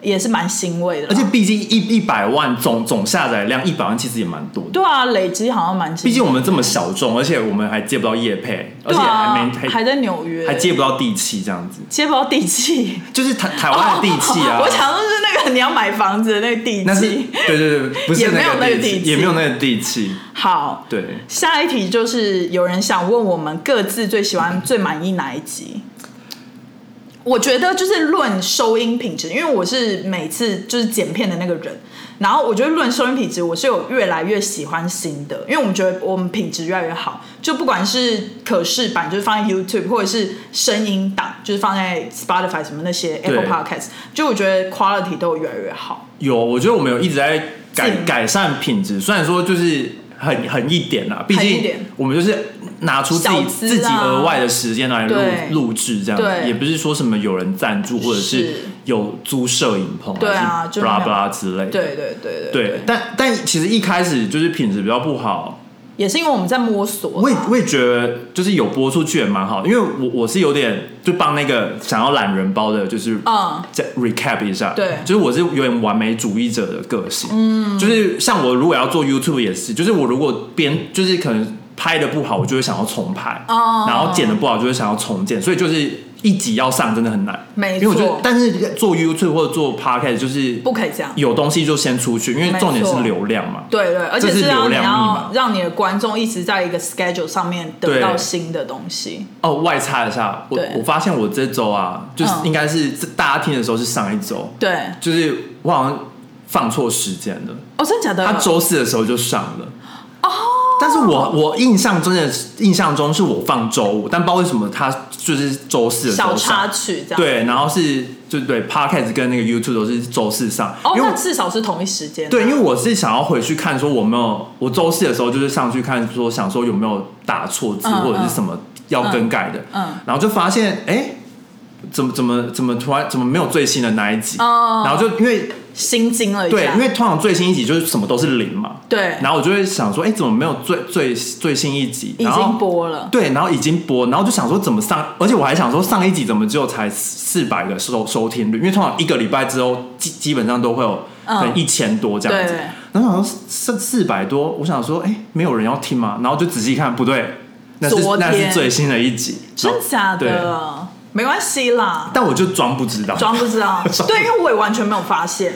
[SPEAKER 2] 也是蛮欣慰的啦。
[SPEAKER 1] 而且毕竟一一百万总总下载量一百万，其实也蛮多的。
[SPEAKER 2] 对啊，累积好像蛮欣慰的。
[SPEAKER 1] 毕竟我们这么小众，而且我们还接不到业配，而
[SPEAKER 2] 对
[SPEAKER 1] 且还
[SPEAKER 2] 啊
[SPEAKER 1] 没，还
[SPEAKER 2] 还在纽约，
[SPEAKER 1] 还接不到地气这样子。
[SPEAKER 2] 接不到地契。
[SPEAKER 1] 就是台台湾的地契啊。
[SPEAKER 2] 我想说是那个你要买房子的那个地
[SPEAKER 1] 那是
[SPEAKER 2] 契。
[SPEAKER 1] 对对对，不是
[SPEAKER 2] 也没有
[SPEAKER 1] 那
[SPEAKER 2] 那
[SPEAKER 1] 个
[SPEAKER 2] 个
[SPEAKER 1] 地
[SPEAKER 2] 地
[SPEAKER 1] 契，
[SPEAKER 2] 契
[SPEAKER 1] 也没有那个地契。
[SPEAKER 2] 好，
[SPEAKER 1] 对，
[SPEAKER 2] 下一题就是有人想问我们各自最喜欢、最满意哪一集？我觉得就是论收音品质，因为我是每次就是剪片的那个人，然后我觉得论收音品质，我是有越来越喜欢新的，因为我们觉得我们品质越来越好，就不管是可视版，就是放在 YouTube，或者是声音档，就是放在 Spotify 什么那些 Apple Podcast，就我觉得 quality 都有越来越好。
[SPEAKER 1] 有，我觉得我们有一直在改
[SPEAKER 2] 进
[SPEAKER 1] 改善品质，虽然说就是很很一点啦，毕
[SPEAKER 2] 很一
[SPEAKER 1] 竟
[SPEAKER 2] 点
[SPEAKER 1] 我们就是拿出自己
[SPEAKER 2] 小资啊
[SPEAKER 1] 自己额外的时间来录
[SPEAKER 2] 对
[SPEAKER 1] 录制这样子，
[SPEAKER 2] 对
[SPEAKER 1] 也不是说什么有人赞助或者
[SPEAKER 2] 是
[SPEAKER 1] 是有租摄影棚，
[SPEAKER 2] 对啊
[SPEAKER 1] 还是
[SPEAKER 2] 就
[SPEAKER 1] blah
[SPEAKER 2] 没有
[SPEAKER 1] blah 之类的。
[SPEAKER 2] 对对对
[SPEAKER 1] 对，但但其实一开始就是品质比较不好，
[SPEAKER 2] 也是因为我们在摸索啦。
[SPEAKER 1] 我也我也觉得就是有播出去也蛮好的，因为我我是有点就帮那个想要懒人包的，就是
[SPEAKER 2] 嗯
[SPEAKER 1] 再 recap 一下，
[SPEAKER 2] 对
[SPEAKER 1] 就是我是有点完美主义者的个性，嗯，就是像我如果要做 YouTube 也是，就是我如果编就是可能拍的不好，我就会想要重拍，
[SPEAKER 2] 哦
[SPEAKER 1] 然后剪的不好就会想要重剪，所以就是一集要上真的很难，
[SPEAKER 2] 没
[SPEAKER 1] 因为我觉得
[SPEAKER 2] 错
[SPEAKER 1] 但是做 YouTube 或者做 Podcast 就是
[SPEAKER 2] 不可以这样。
[SPEAKER 1] 有东西就先出去，因为重点是
[SPEAKER 2] 没错
[SPEAKER 1] 流量嘛，
[SPEAKER 2] 对对，而且
[SPEAKER 1] 这是
[SPEAKER 2] 是
[SPEAKER 1] 流
[SPEAKER 2] 让你
[SPEAKER 1] 量密码
[SPEAKER 2] 要让你的观众一直在一个 schedule 上面
[SPEAKER 1] 对
[SPEAKER 2] 得到新的东西。
[SPEAKER 1] 哦，外插一下，我
[SPEAKER 2] 对
[SPEAKER 1] 我发现我这周啊，就是
[SPEAKER 2] 嗯
[SPEAKER 1] 应该是、这大家听的时候是上一周，
[SPEAKER 2] 对，
[SPEAKER 1] 就是我好像放错时间了，
[SPEAKER 2] 哦，真的假的？
[SPEAKER 1] 他周四的时候就上了。哦，但是我我印象中的印象中是我放周五，但不知道为什么他就是周四的时
[SPEAKER 2] 小
[SPEAKER 1] 候
[SPEAKER 2] 插
[SPEAKER 1] 上。
[SPEAKER 2] 曲这样。
[SPEAKER 1] 对，然后是就对 podcast 跟那个 YouTube 都是周四上，
[SPEAKER 2] 哦，
[SPEAKER 1] 因为
[SPEAKER 2] 那
[SPEAKER 1] 我
[SPEAKER 2] 至少是同一时间。啊
[SPEAKER 1] 对，因为我是想要回去看说我没有，我周四的时候就是上去看说想说有没有打错字
[SPEAKER 2] 嗯
[SPEAKER 1] 或者是什么要更改的，
[SPEAKER 2] 嗯嗯
[SPEAKER 1] 然后就发现哎、怎么怎么怎么突然怎么没有最新的那一集？
[SPEAKER 2] 哦啊
[SPEAKER 1] 然后就因为
[SPEAKER 2] 心惊了一下。
[SPEAKER 1] 对，因为通常最新一集就是什么都是零嘛，
[SPEAKER 2] 对
[SPEAKER 1] 然后我就会想说，哎、怎么没有最最最新一集？
[SPEAKER 2] 已
[SPEAKER 1] 然后
[SPEAKER 2] 经播了，
[SPEAKER 1] 对，然后已经播，然后就想说怎么上，而且我还想说上一集怎么就才四百个收收听率，因为通常一个礼拜之后基基本上都会有可能
[SPEAKER 2] 嗯
[SPEAKER 1] 一千多这样子。
[SPEAKER 2] 对
[SPEAKER 1] 然后想说哎四四百多，我想说哎、没有人要听嘛，然后就仔细看，不对，那是
[SPEAKER 2] 昨
[SPEAKER 1] 那
[SPEAKER 2] 天
[SPEAKER 1] 是最新的一集，然
[SPEAKER 2] 真
[SPEAKER 1] 后
[SPEAKER 2] 假
[SPEAKER 1] 对，
[SPEAKER 2] 的？没关系啦，
[SPEAKER 1] 但我就装不知道，
[SPEAKER 2] 装不 知道
[SPEAKER 1] 装。
[SPEAKER 2] 对，因为我也完全没有 发现，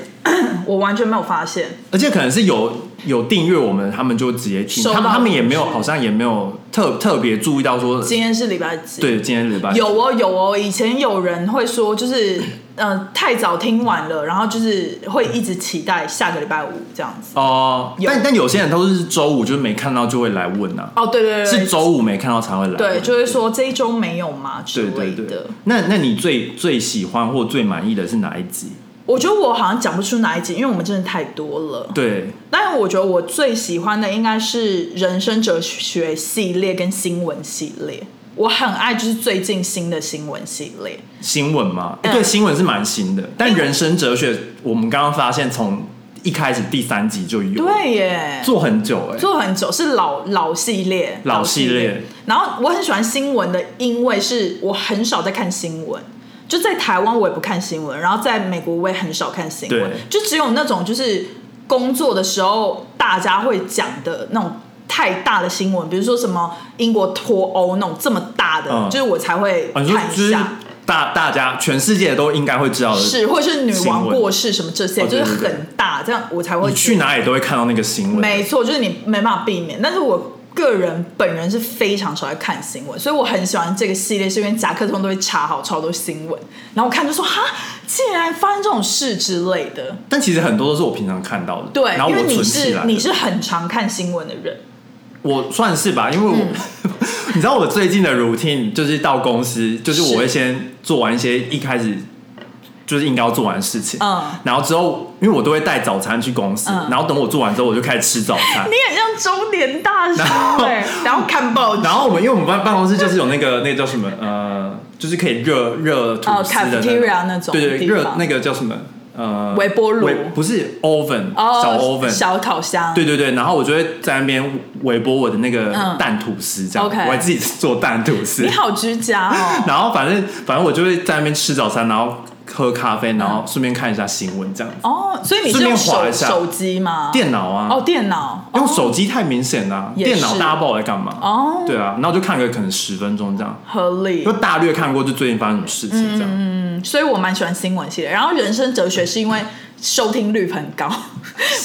[SPEAKER 2] 我完全没有发现。
[SPEAKER 1] 而且可能是有有订阅我们，他们就直接听，
[SPEAKER 2] 收
[SPEAKER 1] 他们
[SPEAKER 2] 到
[SPEAKER 1] 他们也
[SPEAKER 2] 通
[SPEAKER 1] 没有
[SPEAKER 2] 知
[SPEAKER 1] 好像也没有特特别注意到说，
[SPEAKER 2] 今天是礼拜几？
[SPEAKER 1] 对，今天礼拜
[SPEAKER 2] 有哦，有哦。以前有人会说，就是呃太早听完了，然后就是会一直期待下个礼拜五这样子。
[SPEAKER 1] 哦、
[SPEAKER 2] 有
[SPEAKER 1] 但但有些人都是周五就是没看到就会来问啊，
[SPEAKER 2] 哦，对对对，
[SPEAKER 1] 是周五没看到才会来问。
[SPEAKER 2] 对，就是说这一周没有嘛之
[SPEAKER 1] 对
[SPEAKER 2] 类
[SPEAKER 1] 对
[SPEAKER 2] 的。
[SPEAKER 1] 对。那那你最最喜欢或最满意的是哪一集？
[SPEAKER 2] 我觉得我好像讲不出哪一集，因为我们真的太多了。
[SPEAKER 1] 对，
[SPEAKER 2] 但是我觉得我最喜欢的应该是人生哲学系列跟新闻系列，我很爱就是最近新的新闻系列。
[SPEAKER 1] 新闻嘛，诶
[SPEAKER 2] 嗯
[SPEAKER 1] 对，新闻是蛮新的，但人生哲学我们刚刚发现从一开始第三集就有，
[SPEAKER 2] 对耶，
[SPEAKER 1] 做很久哎、
[SPEAKER 2] 做很久是老老系列，
[SPEAKER 1] 老系列
[SPEAKER 2] 然后我很喜欢新闻的，因为是我很少在看新闻。就在台湾我也不看新闻，然后在美国我也很少看新闻
[SPEAKER 1] 对，
[SPEAKER 2] 就只有那种就是工作的时候大家会讲的那种太大的新闻，比如说什么英国脱欧那种这么大的，
[SPEAKER 1] 嗯
[SPEAKER 2] 就是我才会
[SPEAKER 1] 哦
[SPEAKER 2] 看
[SPEAKER 1] 你说
[SPEAKER 2] 一
[SPEAKER 1] 就是
[SPEAKER 2] 下。
[SPEAKER 1] 大大家全世界都应该会知道的，
[SPEAKER 2] 是，或者是女王过世什么这些，
[SPEAKER 1] 新闻哦
[SPEAKER 2] 就是
[SPEAKER 1] 对对对
[SPEAKER 2] 很大，这样我才会
[SPEAKER 1] 你去哪里都会看到那个新闻。
[SPEAKER 2] 没错，就是你没办法避免。但是我个人本人是非常少在看新闻，所以我很喜欢这个系列，是因为夹克通都会查好超多新闻，然后我看就说哈，竟然发生这种事之类的。
[SPEAKER 1] 但其实很多都是我平常看到的，
[SPEAKER 2] 对
[SPEAKER 1] 然，后
[SPEAKER 2] 因为
[SPEAKER 1] 我
[SPEAKER 2] 你
[SPEAKER 1] 存起
[SPEAKER 2] 是
[SPEAKER 1] 来。
[SPEAKER 2] 你是很常看新闻的人，
[SPEAKER 1] 我算是吧，因为我、
[SPEAKER 2] 嗯
[SPEAKER 1] 你知道我最近的 routine 就是到公司，就是
[SPEAKER 2] 是
[SPEAKER 1] 我会先做完一些一开始就是应该要做完的事情，
[SPEAKER 2] 嗯
[SPEAKER 1] 然后之后因为我都会带早餐去公司，
[SPEAKER 2] 嗯
[SPEAKER 1] 然后等我做完之后我就开始吃早 餐
[SPEAKER 2] 你。很像中年大叔 哎、然后看报纸
[SPEAKER 1] 然，后我们因为我们办办公室就是有那个那个叫什么呃，就是可以热热吐司的那个、
[SPEAKER 2] 哦 cafeteria 那种
[SPEAKER 1] 对对，
[SPEAKER 2] 地方
[SPEAKER 1] 热那个叫什么呃
[SPEAKER 2] 微波炉
[SPEAKER 1] 微不是 oven
[SPEAKER 2] 哦，
[SPEAKER 1] 小 oven
[SPEAKER 2] 小烤箱，
[SPEAKER 1] 对对对，然后我就会在那边微波我的那个
[SPEAKER 2] 嗯
[SPEAKER 1] 蛋吐司，这样、
[SPEAKER 2] OK
[SPEAKER 1] 我还自己做蛋吐司
[SPEAKER 2] 你。好居家 哦。
[SPEAKER 1] 然后反正反正我就会在那边吃早餐，然后喝咖啡，然后顺便看一下新闻这样。
[SPEAKER 2] 嗯哦，所以你是
[SPEAKER 1] 顺便
[SPEAKER 2] 用
[SPEAKER 1] 滑
[SPEAKER 2] 手
[SPEAKER 1] 一下
[SPEAKER 2] 手机吗？
[SPEAKER 1] 电脑啊，
[SPEAKER 2] 哦，电脑
[SPEAKER 1] 用手机太明显了、
[SPEAKER 2] 也
[SPEAKER 1] 电脑
[SPEAKER 2] 是
[SPEAKER 1] 大家不知道我在干嘛。
[SPEAKER 2] 哦
[SPEAKER 1] 对啊，然后就看个可能十分钟这样，
[SPEAKER 2] 合理
[SPEAKER 1] 就。大略看过就最近发生什么事情这样。
[SPEAKER 2] 所以我蛮喜欢新闻系列。然后人生哲学是因为收听率很高，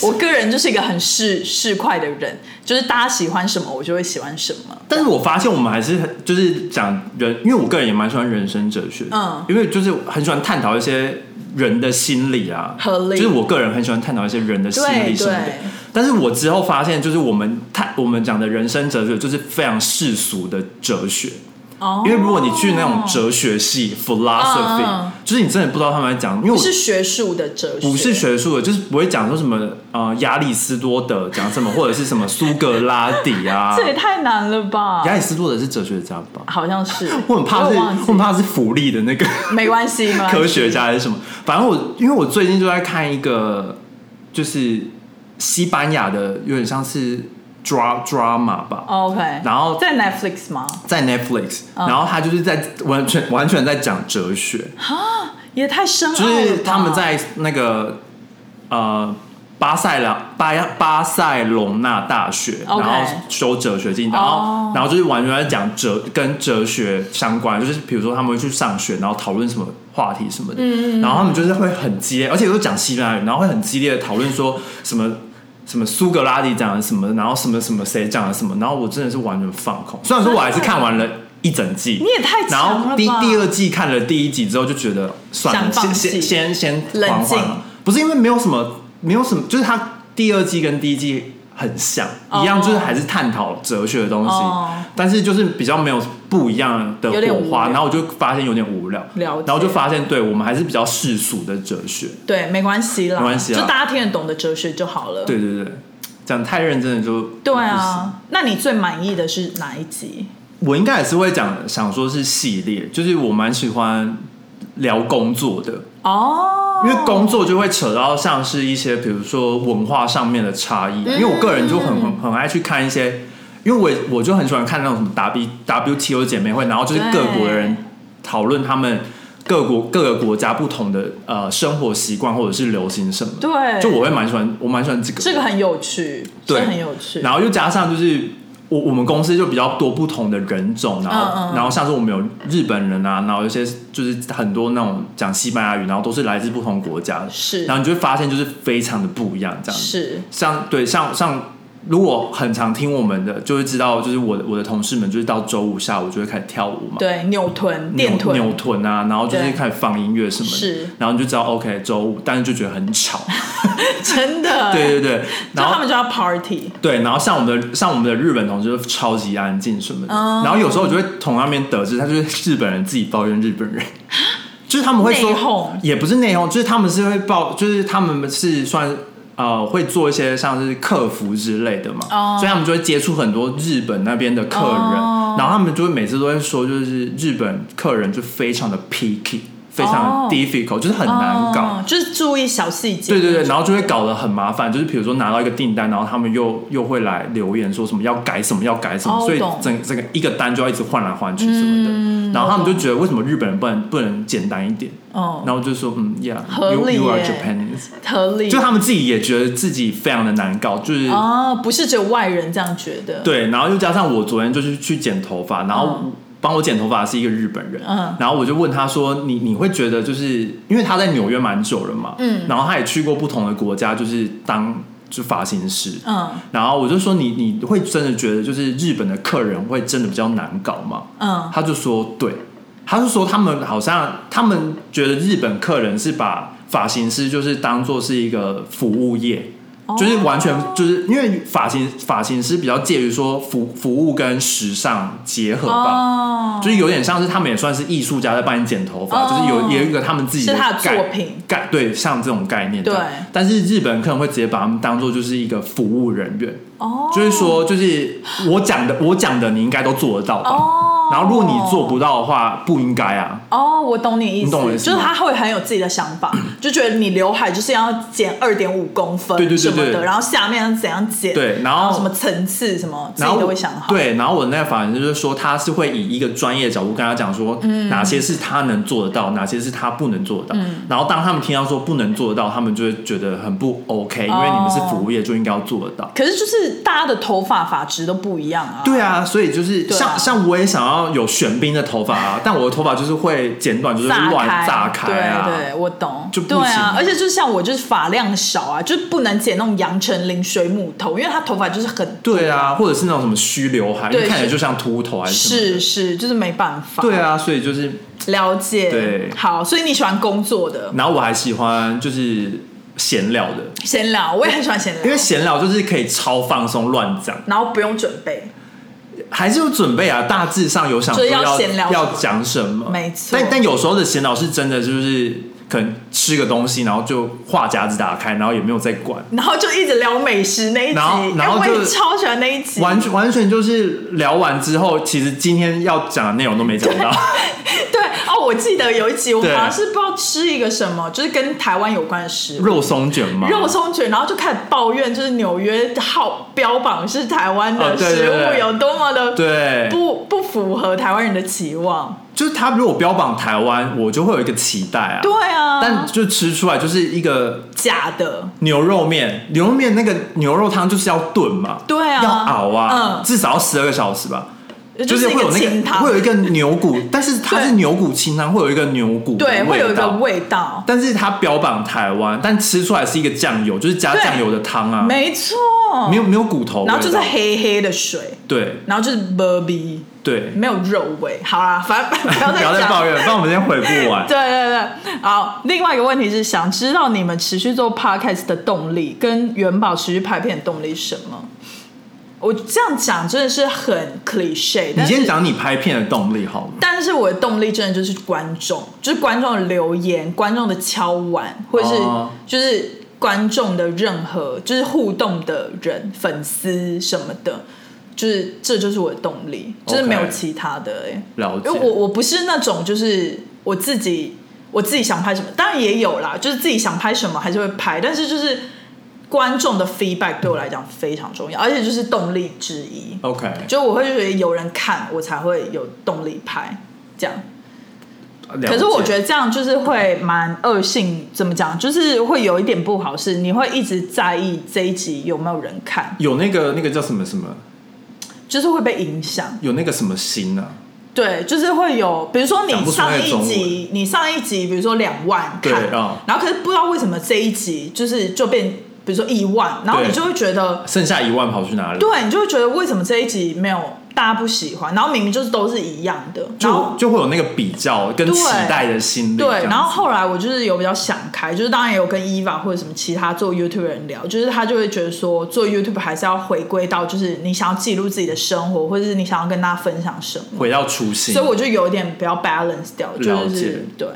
[SPEAKER 2] 我个人就是一个很市市侩的人，就是大家喜欢什么我就会喜欢什么。
[SPEAKER 1] 但是我发现我们还是很就是讲人，因为我个人也蛮喜欢人生哲学，
[SPEAKER 2] 嗯
[SPEAKER 1] 因为就是很喜欢探讨一些人的心理啊，
[SPEAKER 2] 合理
[SPEAKER 1] 就是我个人很喜欢探讨一些人的心理
[SPEAKER 2] 对
[SPEAKER 1] 什么的
[SPEAKER 2] 对。
[SPEAKER 1] 但是我之后发现，就是我们探我们讲的人生哲学，就是非常世俗的哲学。
[SPEAKER 2] 哦，
[SPEAKER 1] 因为如果你去那种哲学系 philosophy，、
[SPEAKER 2] 嗯嗯
[SPEAKER 1] 就是你真的不知道他们在讲，因为我
[SPEAKER 2] 不是学术的哲学，。
[SPEAKER 1] 不是学术的，就是不会讲说什么呃亚里士多德讲什么，或者是什么苏格拉底啊
[SPEAKER 2] 这也太难了吧？
[SPEAKER 1] 亚里士多德是哲学家吧？
[SPEAKER 2] 好像是，
[SPEAKER 1] 我很怕是，
[SPEAKER 2] 也
[SPEAKER 1] 我
[SPEAKER 2] 忘记
[SPEAKER 1] 很怕是福利的那个
[SPEAKER 2] 没关系，没关系
[SPEAKER 1] 科学家还是什么。反正我，因为我最近就在看一个，就是西班牙的，有点像是 dra drama 吧，
[SPEAKER 2] OK，
[SPEAKER 1] 然后
[SPEAKER 2] 哦在 Netflix 吗？
[SPEAKER 1] 在 Netflix，、
[SPEAKER 2] 嗯
[SPEAKER 1] 然后他就是在完全完全在讲哲学，
[SPEAKER 2] 也太深奥
[SPEAKER 1] 就
[SPEAKER 2] 了吧。
[SPEAKER 1] 是他们在那个呃巴塞朗巴巴塞隆纳大学
[SPEAKER 2] OK
[SPEAKER 1] 然后修哲学进，然后、
[SPEAKER 2] 哦
[SPEAKER 1] 然后就是完全在讲哲跟哲学相关，就是比如说他们会去上学，然后讨论什么话题什么
[SPEAKER 2] 嗯
[SPEAKER 1] 的，然后他们就是会很激烈，而且都讲西班牙语，然后会很激烈的讨论说什么。什么苏格拉底讲了什么，然后什么什么谁讲了什么，然后我真的是完全放空。虽然说我还是看完了一整季，
[SPEAKER 2] 你也太
[SPEAKER 1] 然
[SPEAKER 2] 强了
[SPEAKER 1] 后
[SPEAKER 2] 吧
[SPEAKER 1] 第第二季看了第一集之后，就觉得算了，
[SPEAKER 2] 想
[SPEAKER 1] 先
[SPEAKER 2] 放
[SPEAKER 1] 先
[SPEAKER 2] 弃
[SPEAKER 1] 先先
[SPEAKER 2] 冷
[SPEAKER 1] 缓缓
[SPEAKER 2] 静
[SPEAKER 1] 了。不是因为没有什么，没有什么，就是它第二季跟第一季很像，
[SPEAKER 2] 哦
[SPEAKER 1] 一样就是还是探讨哲学的东西，
[SPEAKER 2] 哦
[SPEAKER 1] 但是就是比较没有不一样的
[SPEAKER 2] 有点
[SPEAKER 1] 火
[SPEAKER 2] 无
[SPEAKER 1] 花。
[SPEAKER 2] 聊
[SPEAKER 1] 然后我就发现有点无聊，
[SPEAKER 2] 了解
[SPEAKER 1] 然后就发现对我们还是比较世俗的哲学。
[SPEAKER 2] 对，没关系啦，
[SPEAKER 1] 没关系啦
[SPEAKER 2] 就大家听得懂的哲学就好了。
[SPEAKER 1] 对对对，讲太认真的就
[SPEAKER 2] 对
[SPEAKER 1] 不行
[SPEAKER 2] 啊，那你最满意的是哪一集？
[SPEAKER 1] 我应该也是会讲，想说是系列，就是我蛮喜欢聊工作的，
[SPEAKER 2] 哦，
[SPEAKER 1] 因为工作就会扯到像是一些比如说文化上面的差异，
[SPEAKER 2] 嗯
[SPEAKER 1] 因为我个人就很很很爱去看一些，因为我也我就很喜欢看那种什么 W WTO 姐妹会，然后就是各国的人
[SPEAKER 2] 对
[SPEAKER 1] 讨论他们各国各个国家不同的呃生活习惯或者是流行什么，
[SPEAKER 2] 对，
[SPEAKER 1] 就我会蛮喜欢，我蛮喜欢这个
[SPEAKER 2] 这个很有趣，
[SPEAKER 1] 对
[SPEAKER 2] 这很有趣。
[SPEAKER 1] 然后又加上就是我我们公司就比较多不同的人种，然后、
[SPEAKER 2] 嗯嗯
[SPEAKER 1] 然后像是我们有日本人啊，然后有些就是很多那种讲西班牙语，然后都是来自不同国家的，
[SPEAKER 2] 是
[SPEAKER 1] 然后你就会发现就是非常的不一样这样子。
[SPEAKER 2] 是
[SPEAKER 1] 像对像像如果很常听我们的，就会知道就是我的我的同事们就是到周五下午就会开始跳舞嘛。
[SPEAKER 2] 对扭臀、
[SPEAKER 1] 扭
[SPEAKER 2] 电臀，
[SPEAKER 1] 扭臀啊，然后就是
[SPEAKER 2] 对
[SPEAKER 1] 开始放音乐什么的，
[SPEAKER 2] 是
[SPEAKER 1] 然后你就知道 OK 周五，但是就觉得很 吵，
[SPEAKER 2] 真的，
[SPEAKER 1] 对对对，
[SPEAKER 2] 就
[SPEAKER 1] 然后
[SPEAKER 2] 他们就要 party，
[SPEAKER 1] 对，然后像我们的像我们的日本同事就超级安静什么的，
[SPEAKER 2] 哦
[SPEAKER 1] 然后有时候我就会从那边得知，他就是日本人自己抱怨日本人， 就是他们会说
[SPEAKER 2] 啊内讧，
[SPEAKER 1] 也不是内讧，就是他们是会抱，就是他们是算呃会做一些像是客服之类的嘛，
[SPEAKER 2] 哦
[SPEAKER 1] 所以他们就会接触很多日本那边的客人，
[SPEAKER 2] 哦
[SPEAKER 1] 然后他们就会每次都会说，就是日本客人就非常的 picky，非常
[SPEAKER 2] 哦
[SPEAKER 1] difficult，、就是很难搞。
[SPEAKER 2] 哦就是注意小细节。
[SPEAKER 1] 对对对，然后就会搞得很麻烦，就是比如说拿到一个订单，然后他们又又会来留言说什么要改什么要改什么，
[SPEAKER 2] 哦
[SPEAKER 1] 所以
[SPEAKER 2] 懂嗯
[SPEAKER 1] 整整个一个单就要一直换来换去什么的，然后他们就觉得为什么日本人不能不能简单一点，
[SPEAKER 2] 哦，
[SPEAKER 1] 然后就说嗯
[SPEAKER 2] 合
[SPEAKER 1] ，Yeah，you
[SPEAKER 2] 理
[SPEAKER 1] you are
[SPEAKER 2] 耶
[SPEAKER 1] Japanese，
[SPEAKER 2] 合理。
[SPEAKER 1] 就他们自己也觉得自己非常的难搞，就是。
[SPEAKER 2] 哦，不是只有外人这样觉得。
[SPEAKER 1] 对，然后又加上我昨天就是去剪头发，然后
[SPEAKER 2] 嗯
[SPEAKER 1] 帮我剪头发的是一个日本人，
[SPEAKER 2] 嗯
[SPEAKER 1] 然后我就问他说：“你你会觉得就是因为他在纽约蛮久了嘛，
[SPEAKER 2] 嗯
[SPEAKER 1] 然后他也去过不同的国家，就是当就发型师，
[SPEAKER 2] 嗯
[SPEAKER 1] 然后我就说你你会真的觉得就是日本的客人会真的比较难搞吗？
[SPEAKER 2] 嗯，
[SPEAKER 1] 他就说对，他就说他们好像他们觉得日本客人是把发型师就是当做是一个服务业，
[SPEAKER 2] 哦
[SPEAKER 1] 就是完全就是因为发型发型师比较介于说服服务跟时尚结合吧。
[SPEAKER 2] 哦，
[SPEAKER 1] 就是有点像是他们也算是艺术家在帮你剪头发，
[SPEAKER 2] 哦
[SPEAKER 1] 就是有也有一个他们自己
[SPEAKER 2] 是他的
[SPEAKER 1] 概
[SPEAKER 2] 作品
[SPEAKER 1] 概对像这种概念这样
[SPEAKER 2] 对
[SPEAKER 1] 但是日本客人会直接把他们当做就是一个服务人员，
[SPEAKER 2] 哦，
[SPEAKER 1] 就是说，就是我讲的，我讲的，你应该都做得到吧？
[SPEAKER 2] 哦
[SPEAKER 1] 然后如果你做不到的话，不应该啊。
[SPEAKER 2] 哦，我懂你意
[SPEAKER 1] 你
[SPEAKER 2] 思，
[SPEAKER 1] 懂我意思
[SPEAKER 2] 就是
[SPEAKER 1] 吗
[SPEAKER 2] 他会很有自己的想 法，就觉得你刘海就是要剪二点五公分，
[SPEAKER 1] 对对对
[SPEAKER 2] 什么
[SPEAKER 1] 对
[SPEAKER 2] 的，然后下面要怎样剪，
[SPEAKER 1] 对然后
[SPEAKER 2] 后什么层次什么，自
[SPEAKER 1] 然
[SPEAKER 2] 己
[SPEAKER 1] 后
[SPEAKER 2] 都会想好。，
[SPEAKER 1] 对，然后我那个发型师就是说，他是会以一个专业的角度跟他讲说，
[SPEAKER 2] 嗯
[SPEAKER 1] 哪些是他能做得到，哪些是他不能做得到。然后当他们听到说不能做得到，他们就会觉得很不
[SPEAKER 2] 哦
[SPEAKER 1] OK，因为你们是服务业就应该要做得到。
[SPEAKER 2] 可是就是大家的头发发质都不一样啊。
[SPEAKER 1] 对啊，所以就是
[SPEAKER 2] 对啊
[SPEAKER 1] 像、像我也想要有玄彬的头发啊，但我的头发就是会剪短，就是
[SPEAKER 2] 炸
[SPEAKER 1] 乱
[SPEAKER 2] 开，
[SPEAKER 1] 炸开啊。
[SPEAKER 2] 对对，我懂，
[SPEAKER 1] 就不
[SPEAKER 2] 对
[SPEAKER 1] 行
[SPEAKER 2] 啊，而且就像我就是发量少啊，就是不能剪那种杨丞琳水母头，因为她头发就是很
[SPEAKER 1] 对啊，或者是那种什么虚刘海，
[SPEAKER 2] 对
[SPEAKER 1] 你看起来
[SPEAKER 2] 是
[SPEAKER 1] 就像秃头还是什么的
[SPEAKER 2] 是是，就是没办法。
[SPEAKER 1] 对，啊，所以就是，
[SPEAKER 2] 了解。
[SPEAKER 1] 对
[SPEAKER 2] 好，所以你喜欢工作的
[SPEAKER 1] 然后我还喜欢就是闲聊的，
[SPEAKER 2] 闲聊，我也很喜欢闲聊，
[SPEAKER 1] 因为闲聊就是可以超放松乱讲，
[SPEAKER 2] 然后不用准备，
[SPEAKER 1] 还是有准备啊，大致上有想说
[SPEAKER 2] 就是
[SPEAKER 1] 要
[SPEAKER 2] 要闲聊
[SPEAKER 1] 要讲什么，
[SPEAKER 2] 没错
[SPEAKER 1] 但但有时候的闲聊是真的就是可能吃个东西，然后就话匣子打开，然后也没有在管，
[SPEAKER 2] 然后就一直聊美食那一集，
[SPEAKER 1] 然后然
[SPEAKER 2] 哎
[SPEAKER 1] 后
[SPEAKER 2] 我
[SPEAKER 1] 就
[SPEAKER 2] 也超喜欢那一集，
[SPEAKER 1] 完全完全就是聊完之后，其实今天要讲的内容都没讲 到，
[SPEAKER 2] 对哦，我记得有一集我
[SPEAKER 1] 对
[SPEAKER 2] 好像是不知道吃一个什么，就是跟台湾有关的食物。
[SPEAKER 1] 肉松卷嘛，
[SPEAKER 2] 肉松卷，然后就开始抱怨，就是纽约号标榜是台湾
[SPEAKER 1] 哦
[SPEAKER 2] 的
[SPEAKER 1] 对对
[SPEAKER 2] 食物
[SPEAKER 1] 对
[SPEAKER 2] 有多么的
[SPEAKER 1] 对，
[SPEAKER 2] 不不符合台湾人的期望。
[SPEAKER 1] 就是他如果标榜台湾，我就会有一个期待啊，
[SPEAKER 2] 对啊，
[SPEAKER 1] 但就吃出来就是一个
[SPEAKER 2] 假的，
[SPEAKER 1] 牛肉面，牛肉面那个牛肉汤就是要炖嘛，
[SPEAKER 2] 对啊，
[SPEAKER 1] 要熬啊，
[SPEAKER 2] 嗯
[SPEAKER 1] 至少要十二个小时吧。
[SPEAKER 2] 就
[SPEAKER 1] 就是
[SPEAKER 2] 一
[SPEAKER 1] 会有
[SPEAKER 2] 个
[SPEAKER 1] 那
[SPEAKER 2] 清
[SPEAKER 1] 个
[SPEAKER 2] 汤
[SPEAKER 1] 会，有一个牛 骨，但是它是
[SPEAKER 2] 对
[SPEAKER 1] 牛骨清汤，会有一个牛骨的
[SPEAKER 2] 对，会有一个
[SPEAKER 1] 道，
[SPEAKER 2] 味道，
[SPEAKER 1] 但是它标榜台湾，但吃出来是一个酱油，就是加
[SPEAKER 2] 对
[SPEAKER 1] 酱油的汤啊，
[SPEAKER 2] 没错，
[SPEAKER 1] 没有没有骨头味道，
[SPEAKER 2] 然后就是黑黑的水，
[SPEAKER 1] 对
[SPEAKER 2] 然后就是 baby，
[SPEAKER 1] 对，
[SPEAKER 2] 没有肉味。好啦，反 正不要
[SPEAKER 1] 不要
[SPEAKER 2] 再
[SPEAKER 1] 再
[SPEAKER 2] 讲
[SPEAKER 1] 抱怨，不然我们今天回不完
[SPEAKER 2] 对。对对，好。另外一个问题是，想知道你们持续做 podcast 的动力，跟元宝持续拍片的动力是什么？我这样讲真的是很 cliche，
[SPEAKER 1] 你
[SPEAKER 2] 但
[SPEAKER 1] 先
[SPEAKER 2] 是
[SPEAKER 1] 讲你拍片的动力好了。
[SPEAKER 2] 但是我的动力真的就是观众，就是观众的留言、观众的敲碗，或者是
[SPEAKER 1] 哦
[SPEAKER 2] 就是观众的任何就是互动的人、粉丝什么的，就是这就是我的动力，就是没有
[SPEAKER 1] OK
[SPEAKER 2] 其他的、欸。
[SPEAKER 1] 了解
[SPEAKER 2] 因为我我不是那种就是我自己，我自己想拍什么，当然也有啦，就是自己想拍什么还是会拍，但是就是观众的 feedback 对我来讲非常重要，而且就是动力之一。
[SPEAKER 1] OK，
[SPEAKER 2] 就我会觉得有人看我才会有动力拍，这样。可是我觉
[SPEAKER 1] 得
[SPEAKER 2] 得这样就是会蛮恶性，怎么讲？就是会有一点不好，是你会一直在意这一集有没有人看，
[SPEAKER 1] 有那个那个叫什么什么，
[SPEAKER 2] 就是会被影响。
[SPEAKER 1] 有那个什么心啊呢、
[SPEAKER 2] 对，就是会有，比如说
[SPEAKER 1] 讲
[SPEAKER 2] 你
[SPEAKER 1] 不出来
[SPEAKER 2] 上
[SPEAKER 1] 的
[SPEAKER 2] 一
[SPEAKER 1] 中文
[SPEAKER 2] 集，你上一集，比如说两万
[SPEAKER 1] 对
[SPEAKER 2] 看，
[SPEAKER 1] 啊
[SPEAKER 2] 然后可是不知道为什么这一集就是就变，比如说一万，然后
[SPEAKER 1] 对
[SPEAKER 2] 你就会觉得，
[SPEAKER 1] 剩下一万跑去哪里？
[SPEAKER 2] 对你就会觉得为什么这一集没有大家不喜欢，然后明明就是都是一样的，然后
[SPEAKER 1] 就就会有那个比较跟
[SPEAKER 2] 对
[SPEAKER 1] 期待的心理这样
[SPEAKER 2] 对，
[SPEAKER 1] 子。
[SPEAKER 2] 然后后来我就是有比较想开，就是当然也有跟 Eva 或者什么其他做 YouTube 的人聊，就是他就会觉得说做 YouTube 还是要回归到就是你想要记录自己的生活，或者是你想要跟大家分享什么，
[SPEAKER 1] 回到初心
[SPEAKER 2] 所以。我就有点比较 balance 掉，
[SPEAKER 1] 了
[SPEAKER 2] 就
[SPEAKER 1] 解
[SPEAKER 2] 是对，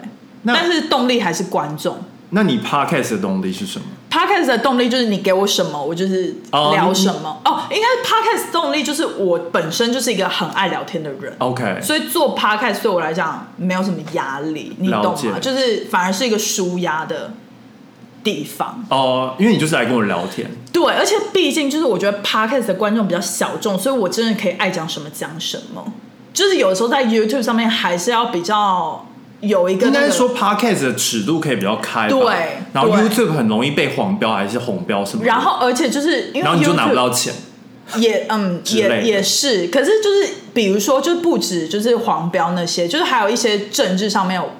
[SPEAKER 1] 那
[SPEAKER 2] 但是动力还是观众。
[SPEAKER 1] 那你 podcast 的动力是什么？
[SPEAKER 2] Podcast 的动力就是你给我什么，我就是
[SPEAKER 1] 哦
[SPEAKER 2] 聊
[SPEAKER 1] 你
[SPEAKER 2] 什么。哦，应该是 Podcast 动力就是我本身就是一个很爱聊天的人，
[SPEAKER 1] OK，
[SPEAKER 2] 所以做 podcast 对我来讲没有什么压力，你懂
[SPEAKER 1] 了解
[SPEAKER 2] 吗？就是反而是一个舒压的地方。
[SPEAKER 1] 哦、因为你就是来跟我聊天，
[SPEAKER 2] 对，而且毕竟就是我觉得 podcast 的观众比较小众，所以我真的可以爱讲什么讲什么。就是有的时候在 YouTube 上面还是要比较有一个、
[SPEAKER 1] 应
[SPEAKER 2] 那个，
[SPEAKER 1] 该说 podcast 的尺度可以比较开吧，
[SPEAKER 2] 对
[SPEAKER 1] 然后
[SPEAKER 2] 对
[SPEAKER 1] YouTube 很容易被黄标还是红标什么的，
[SPEAKER 2] 然后而且就是因为
[SPEAKER 1] 然后你就拿不
[SPEAKER 2] YouTube
[SPEAKER 1] 到钱，
[SPEAKER 2] 也嗯
[SPEAKER 1] 之类的
[SPEAKER 2] 也也是，可是就是比如说就不止就是黄标那些，就是还有一些政治上面有，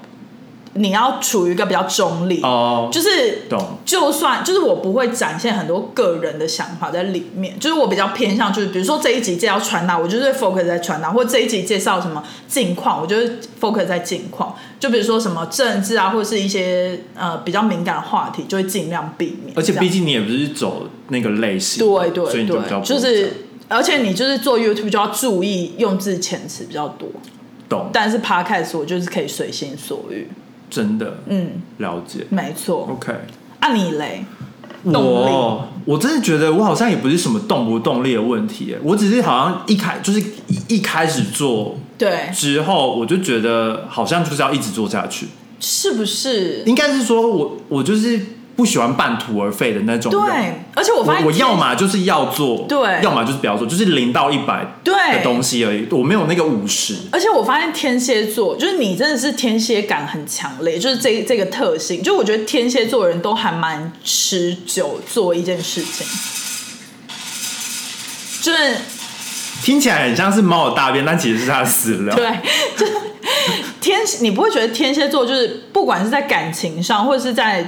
[SPEAKER 2] 你要处于一个比较中立
[SPEAKER 1] 哦
[SPEAKER 2] 就是
[SPEAKER 1] 懂
[SPEAKER 2] 就算就是我不会展现很多个人的想法在里面，就是我比较偏向就是比如说这一集介绍传达，我就是会 focus 在传达，或这一集介绍什么近况，我就是 focus 在近况，就比如说什么政治啊，或者是一些呃比较敏感的话题，就会尽量避免。
[SPEAKER 1] 而且
[SPEAKER 2] 这样
[SPEAKER 1] 毕竟你也不是走那个类型，
[SPEAKER 2] 对
[SPEAKER 1] 所以
[SPEAKER 2] 对
[SPEAKER 1] 你就比较
[SPEAKER 2] 对，
[SPEAKER 1] 不会
[SPEAKER 2] 是而且你就是做 YouTube 就要注意用字遣词比较多，
[SPEAKER 1] 懂，
[SPEAKER 2] 但是 Podcast 我就是可以随心所欲，
[SPEAKER 1] 真的
[SPEAKER 2] 嗯，
[SPEAKER 1] 了解。
[SPEAKER 2] 没错。
[SPEAKER 1] OK，
[SPEAKER 2] 啊，你嘞？动力
[SPEAKER 1] 我我真的觉得我好像也不是什么动不动力的问题耶，我只是好像一开就是一一开始做
[SPEAKER 2] 对，
[SPEAKER 1] 之后，我就觉得好像就是要一直做下去。
[SPEAKER 2] 是不是？
[SPEAKER 1] 应该是说我我就是不喜欢半途而废的那种人。
[SPEAKER 2] 对，而且我发
[SPEAKER 1] 我
[SPEAKER 2] 现
[SPEAKER 1] 我要嘛就是要做，
[SPEAKER 2] 对
[SPEAKER 1] 要么就是不要做，就是零到一百的
[SPEAKER 2] 对
[SPEAKER 1] 东西而已，我没有那个五十。
[SPEAKER 2] 而且我发现天蝎座，就是你真的是天蝎感很强烈，就是这这个特性，就我觉得天蝎座的人都还蛮持久做一件事情，就是
[SPEAKER 1] 听起来很像是猫的大便，但其实是它的饲料。
[SPEAKER 2] 对，就是天蝎，你不会觉得天蝎座就是不管是在感情上，或者是在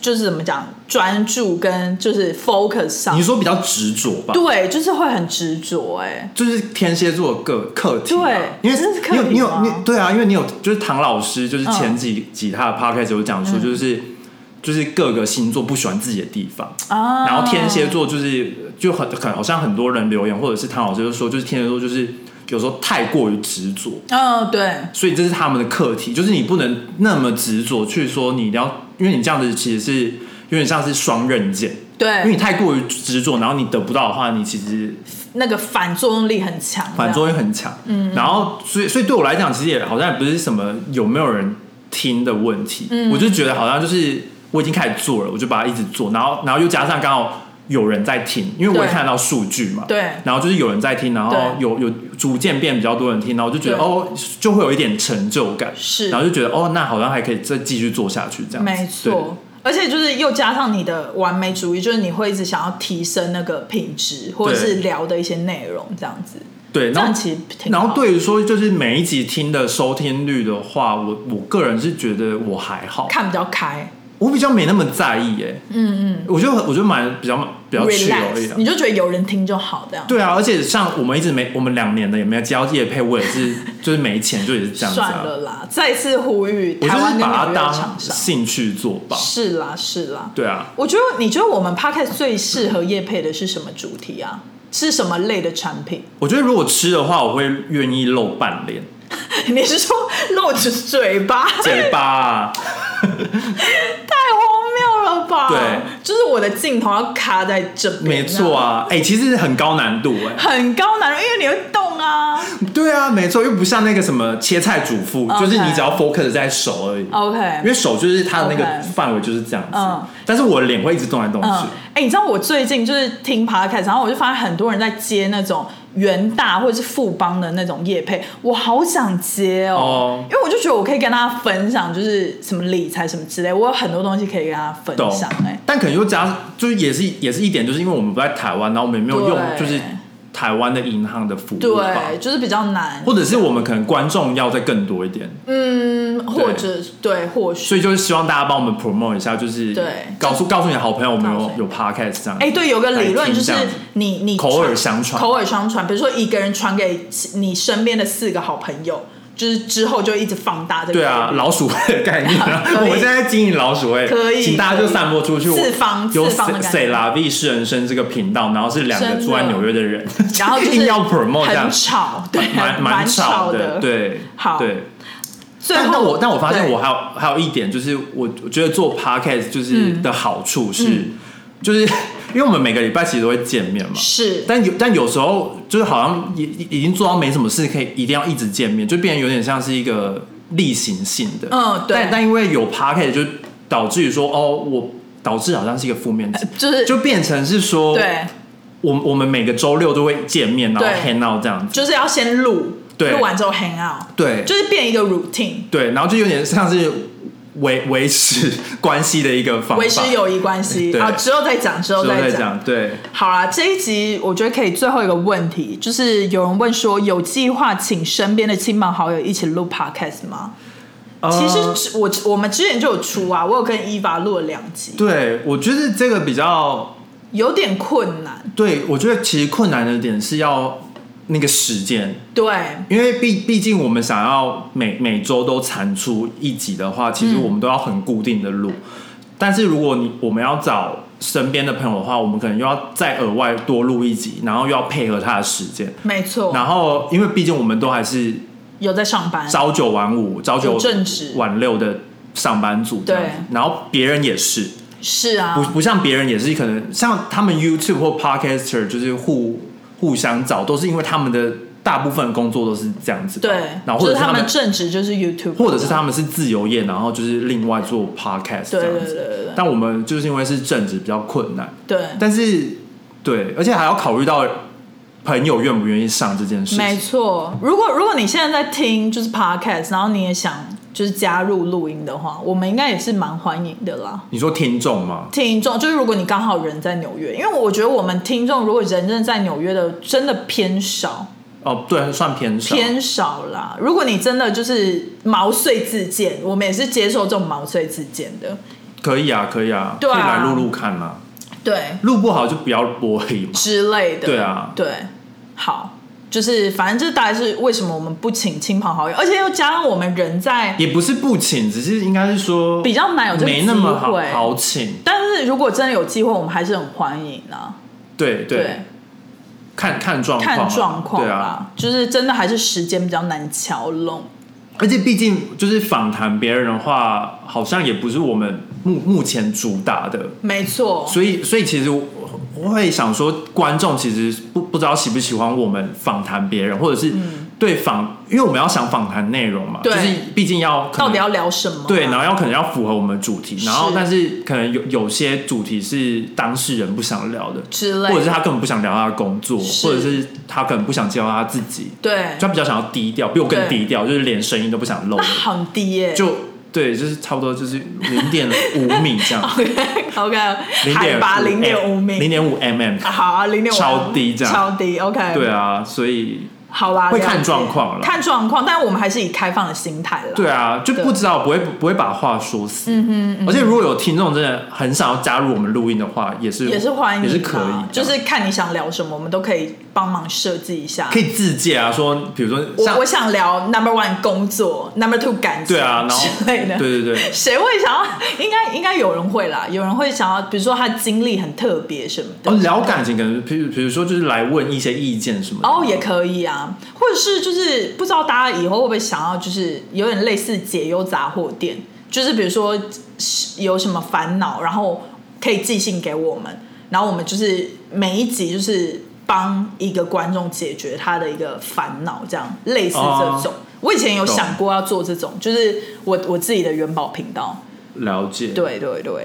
[SPEAKER 2] 就是怎么讲专注跟就是 focus
[SPEAKER 1] 你
[SPEAKER 2] 上，
[SPEAKER 1] 说比较执着吧？
[SPEAKER 2] 对，就是会很执着、哎，
[SPEAKER 1] 就是天蝎座的个课题啊、
[SPEAKER 2] 对
[SPEAKER 1] 因为
[SPEAKER 2] 真的是课题
[SPEAKER 1] 你有你有
[SPEAKER 2] 吗嗯
[SPEAKER 1] 你对啊，因为你有就是唐老师就是前几、几他的 podcast 有讲说，就是、就是各个星座不喜欢自己的地方，
[SPEAKER 2] 啊，
[SPEAKER 1] 然后天蝎座就是就很很好像很多人留言或者是唐老师就说，就是天蝎座就是有时候太过于执着，
[SPEAKER 2] 嗯，对，
[SPEAKER 1] 所以这是他们的课题，就是你不能那么执着去说你一定要，因为你这样子其实是有点像是双刃剑，因为你
[SPEAKER 2] 对，
[SPEAKER 1] 太过于执着，然后你得不到的话，你其实
[SPEAKER 2] 那个反作用力很强，
[SPEAKER 1] 反作用很强。嗯，然后所以所以对我来讲，其实也好像也不是什么有没有人听的问题，
[SPEAKER 2] 嗯
[SPEAKER 1] 我就觉得好像就是我已经开始做了，我就把它一直做，然后然后又加上刚好。有人在听，因为我也
[SPEAKER 2] 对
[SPEAKER 1] 看得到数据嘛，
[SPEAKER 2] 对
[SPEAKER 1] 然后就是有人在听，然后
[SPEAKER 2] 对
[SPEAKER 1] 有有逐渐变比较多人听，然后我就觉得
[SPEAKER 2] 对
[SPEAKER 1] 哦，就会有一点成就感，
[SPEAKER 2] 是
[SPEAKER 1] 然后就觉得哦，那好像还可以再继续做下去这样子，
[SPEAKER 2] 没错。而且就是又加上你的完美主义，就是你会一直想要提升那个品质，或者是聊的一些内容这样子，
[SPEAKER 1] 对，对，然
[SPEAKER 2] 这
[SPEAKER 1] 后
[SPEAKER 2] 样其实挺
[SPEAKER 1] 然
[SPEAKER 2] 好
[SPEAKER 1] 后对于说就是每一集听的收听率的话，我我个人是觉得我还好，
[SPEAKER 2] 看比较开，
[SPEAKER 1] 我比较没那么在意哎、嗯嗯，我就我就蛮比较比较去而已
[SPEAKER 2] relax，
[SPEAKER 1] 啊。
[SPEAKER 2] 你就觉得有人听就好这样。
[SPEAKER 1] 对啊，而且像我们一直没我们两年的也没有交业配，我也是就是没钱就也是这样子
[SPEAKER 2] 算
[SPEAKER 1] 啊。
[SPEAKER 2] 了啦，再次呼吁
[SPEAKER 1] 我就
[SPEAKER 2] 台湾
[SPEAKER 1] 是
[SPEAKER 2] 跟
[SPEAKER 1] 把它
[SPEAKER 2] 纽约
[SPEAKER 1] 当
[SPEAKER 2] 厂商。
[SPEAKER 1] 兴趣做吧。
[SPEAKER 2] 是啦，是啦。
[SPEAKER 1] 对啊，
[SPEAKER 2] 我觉得你觉得我们 podcast 最适合业配的是什么主题啊？是什么类的产品？
[SPEAKER 1] 我觉得如果吃的话，我会愿意露半脸、
[SPEAKER 2] 你是说露着嘴巴？
[SPEAKER 1] 嘴巴、啊。
[SPEAKER 2] 太荒谬了吧？
[SPEAKER 1] 对，
[SPEAKER 2] 就是我的镜头要卡在这边，啊
[SPEAKER 1] 没错啊，哎、其实很高难度哎、
[SPEAKER 2] 这样，很高难，因为你会动啊。
[SPEAKER 1] 对啊，没错，又不像那个什么切菜主妇
[SPEAKER 2] OK
[SPEAKER 1] 就是你只要 focus 在手而已。
[SPEAKER 2] OK，
[SPEAKER 1] 因为手就是它的那个
[SPEAKER 2] OK
[SPEAKER 1] 范围就是这样子
[SPEAKER 2] 嗯
[SPEAKER 1] 但是我的脸会一直动来动去。
[SPEAKER 2] 嗯，哎、你知道我最近就是听 podcast，然后我就发现很多人在接那种元大或者是富邦的那种业配，我好想接哦，
[SPEAKER 1] 哦
[SPEAKER 2] 因为我就觉得我可以跟大家分享，就是什么理财什么之类，我有很多东西可以跟大家分
[SPEAKER 1] 懂
[SPEAKER 2] 享、哎，
[SPEAKER 1] 但可能又加，就是也是也是一点，就是因为我们不在台湾，然后我们也没有用
[SPEAKER 2] 对
[SPEAKER 1] 就是台湾的银行的服务吧，
[SPEAKER 2] 对，就是比较难，
[SPEAKER 1] 或者是我们可能观众要再更多一点，
[SPEAKER 2] 嗯，或者对，或许。
[SPEAKER 1] 所以就是希望大家帮我们 promote 一下，就是
[SPEAKER 2] 对
[SPEAKER 1] 告诉告诉你的好朋友，我们
[SPEAKER 2] 告
[SPEAKER 1] 有
[SPEAKER 2] 诉你
[SPEAKER 1] 有 podcast 这样，
[SPEAKER 2] 哎、对，有个理论就是
[SPEAKER 1] 来听这样子
[SPEAKER 2] 你你
[SPEAKER 1] 口耳
[SPEAKER 2] 传
[SPEAKER 1] 相传
[SPEAKER 2] 口耳相传。比如说一个人传给你身边的四个好朋友，就是之后就一直放大这个
[SPEAKER 1] 对啊，
[SPEAKER 2] 理论，
[SPEAKER 1] 老鼠会的概念啊
[SPEAKER 2] 可以
[SPEAKER 1] 我们现在在经营老鼠会，
[SPEAKER 2] 可以
[SPEAKER 1] 请大家
[SPEAKER 2] 可以
[SPEAKER 1] 就散播出去。我
[SPEAKER 2] 四方
[SPEAKER 1] 有
[SPEAKER 2] 四方的感觉
[SPEAKER 1] 塞拉比是人生这个频道，然后是两个
[SPEAKER 2] 真的
[SPEAKER 1] 住在纽约的人，
[SPEAKER 2] 然后就
[SPEAKER 1] 硬
[SPEAKER 2] 是
[SPEAKER 1] 要 promote 这样
[SPEAKER 2] 很，吵，对，
[SPEAKER 1] 蛮
[SPEAKER 2] 蛮
[SPEAKER 1] 吵
[SPEAKER 2] 的。，
[SPEAKER 1] 对，
[SPEAKER 2] 好
[SPEAKER 1] 对。
[SPEAKER 2] 最
[SPEAKER 1] 但
[SPEAKER 2] 后
[SPEAKER 1] 但我但我发现
[SPEAKER 2] 哦对
[SPEAKER 1] 我还有还有一点就是我我觉得做 podcast 就是
[SPEAKER 2] 嗯
[SPEAKER 1] 的好处是，就是因为我们每个礼拜其实都会见面嘛，
[SPEAKER 2] 是
[SPEAKER 1] 但有但有时候就是好像已已经做到没什么事，可以一定要一直见面，就变得有点像是一个例行性的。
[SPEAKER 2] 嗯对
[SPEAKER 1] 但但因为有 p a r k e t 就导致于说哦，我导致好像是一个负面词，
[SPEAKER 2] 呃就是
[SPEAKER 1] 就变成是说，
[SPEAKER 2] 对，
[SPEAKER 1] 我我们每个周六都会见面，然后
[SPEAKER 2] 对
[SPEAKER 1] hang out 这样子。
[SPEAKER 2] 就是要先录，
[SPEAKER 1] 对
[SPEAKER 2] 录完之后 hang out，
[SPEAKER 1] 对
[SPEAKER 2] 就是变一个 routine，
[SPEAKER 1] 对，然后就有点像是维维持关系的一个方法，
[SPEAKER 2] 维持友谊关系。
[SPEAKER 1] 对
[SPEAKER 2] 好，之后再讲，之后
[SPEAKER 1] 之后
[SPEAKER 2] 再
[SPEAKER 1] 再
[SPEAKER 2] 讲。
[SPEAKER 1] 讲。对，
[SPEAKER 2] 好啦，这一集我觉得可以最后一个问题，就是有人问说，有计划请身边的亲朋好友一起录 podcast 吗？
[SPEAKER 1] 呃
[SPEAKER 2] 其实我我们之前就有出啊，我有跟伊娃录了两集，
[SPEAKER 1] 对我觉得这个比较
[SPEAKER 2] 有点困难。
[SPEAKER 1] 对，我觉得其实困难的点是要那个时间，
[SPEAKER 2] 对，
[SPEAKER 1] 因为毕毕竟我们想要每每周都产出一集的话，其实我们都要很固定的录。但是如果你我们要找身边的朋友的话，我们可能又要再额外多录一集，然后又要配合他的时间。
[SPEAKER 2] 没错，
[SPEAKER 1] 然后，因为毕竟我们都还是
[SPEAKER 2] 有在上班。
[SPEAKER 1] 朝九晚五、朝九
[SPEAKER 2] 有正职
[SPEAKER 1] 晚六的上班族这样子，
[SPEAKER 2] 对
[SPEAKER 1] 然后别人也是，
[SPEAKER 2] 是啊，
[SPEAKER 1] 不不像别人也是可能像他们 YouTube 或 Podcaster 就是互互相找，都是因为他们的大部分工作都是这样子吧，
[SPEAKER 2] 对，
[SPEAKER 1] 然后哦或者
[SPEAKER 2] 就是是
[SPEAKER 1] 他们
[SPEAKER 2] 们，正职就是 YouTube，
[SPEAKER 1] 或者是他们是自由业，然后就是另外做 Podcast 这
[SPEAKER 2] 对对
[SPEAKER 1] 样
[SPEAKER 2] 对
[SPEAKER 1] 子。
[SPEAKER 2] 对对
[SPEAKER 1] 但我们就是因为是正职比较困难，
[SPEAKER 2] 对
[SPEAKER 1] 但是对，而且还要考虑到朋友愿不愿意上这件事
[SPEAKER 2] 没
[SPEAKER 1] 情。
[SPEAKER 2] 错。如果如果你现在在听就是 Podcast，然后你也想就是加入录音的话，我们应该也是蛮欢迎的啦。
[SPEAKER 1] 你说听众吗？
[SPEAKER 2] 听众就是如果你刚好人在纽约，因为我觉得我们听众如果人真的在纽约的真的偏少，
[SPEAKER 1] 哦，对，算偏少。
[SPEAKER 2] 偏少啦。如果你真的就是毛遂自荐，我们也是接受这种毛遂自荐的。
[SPEAKER 1] 可以啊，可以啊，
[SPEAKER 2] 对啊
[SPEAKER 1] 可以来录录看啦、
[SPEAKER 2] 对，
[SPEAKER 1] 录不好就不要播而已嘛。
[SPEAKER 2] 之类的。
[SPEAKER 1] 对啊
[SPEAKER 2] 对，好，就是反正这大概是为什么我们不请亲朋好友，而且又加上我们人在，
[SPEAKER 1] 也不是不请，只是应该是说
[SPEAKER 2] 比较难有这个
[SPEAKER 1] 没那么好
[SPEAKER 2] 机会
[SPEAKER 1] 好请。
[SPEAKER 2] 但是如果真的有机会，我们还是很欢迎啊。
[SPEAKER 1] 对对，
[SPEAKER 2] 对，
[SPEAKER 1] 看看状况啊，
[SPEAKER 2] 看状况
[SPEAKER 1] 对
[SPEAKER 2] 啦，
[SPEAKER 1] 啊。
[SPEAKER 2] 就是真的还是时间比较难敲拢。
[SPEAKER 1] 而且毕竟就是访谈别人的话，好像也不是我们目目前主打的，
[SPEAKER 2] 没错，
[SPEAKER 1] 所以所以其实我我会想说，观众其实不不知道喜不喜欢我们访谈别人，或者是对访，因为我们要想访谈内容嘛，就
[SPEAKER 2] 嗯对
[SPEAKER 1] 是毕竟要可能
[SPEAKER 2] 到底要聊什么啊、
[SPEAKER 1] 对，然后要可能要符合我们主题，然后
[SPEAKER 2] 是
[SPEAKER 1] 但是可能有有些主题是当事人不想聊的，
[SPEAKER 2] 之类的，
[SPEAKER 1] 或者是他根本不想聊他的工作，
[SPEAKER 2] 是
[SPEAKER 1] 或者是他可能不想介绍他自己，
[SPEAKER 2] 对
[SPEAKER 1] 就，他比较想要低调，比我更
[SPEAKER 2] 对
[SPEAKER 1] 低调，就是连声音都不想露
[SPEAKER 2] 那，很低耶、
[SPEAKER 1] 就对，就是差不多就是零点五米这样，
[SPEAKER 2] OK，
[SPEAKER 1] 零
[SPEAKER 2] 哦海
[SPEAKER 1] 点哎
[SPEAKER 2] 拔零点五米，
[SPEAKER 1] 零点五 mm，
[SPEAKER 2] 啊好啊，零点五
[SPEAKER 1] 超低这样
[SPEAKER 2] 超低 OK，
[SPEAKER 1] 对啊，所以
[SPEAKER 2] 好啦，
[SPEAKER 1] 会
[SPEAKER 2] 了
[SPEAKER 1] 看
[SPEAKER 2] 解
[SPEAKER 1] 状况啦
[SPEAKER 2] 看状况，但我们还是以开放的心态啦。
[SPEAKER 1] 对啊，就不知道不会不会把话说死，嗯哼，而且如果有听众真的很想要加入我们录音的话，也是
[SPEAKER 2] 也是欢迎啦，
[SPEAKER 1] 也是可以，
[SPEAKER 2] 就是看你想聊什么，我们都可以帮忙设计一下
[SPEAKER 1] 可。以自荐啊，说比如说像
[SPEAKER 2] 我我想聊 number one 工作，number two 感情，
[SPEAKER 1] 对啊，然后
[SPEAKER 2] 之类的。
[SPEAKER 1] 对对对，
[SPEAKER 2] 谁会想要？应该应该有人会啦，有人会想要，比如说他经历很特别什么的。
[SPEAKER 1] 哦，聊感情可能，比如比如说就是来问一些意见什么的，
[SPEAKER 2] 哦，也可以啊，或者是就是不知道大家以后会不会想要，就是有点类似解忧杂货店，就是比如说是有什么烦恼，然后可以寄信给我们，然后我们就是每一集就是帮一个观众解决他的一个烦恼，这样类似这种。我以前有想过要做这种，就是我我自己的元宝频道。
[SPEAKER 1] 了解，
[SPEAKER 2] 对对对，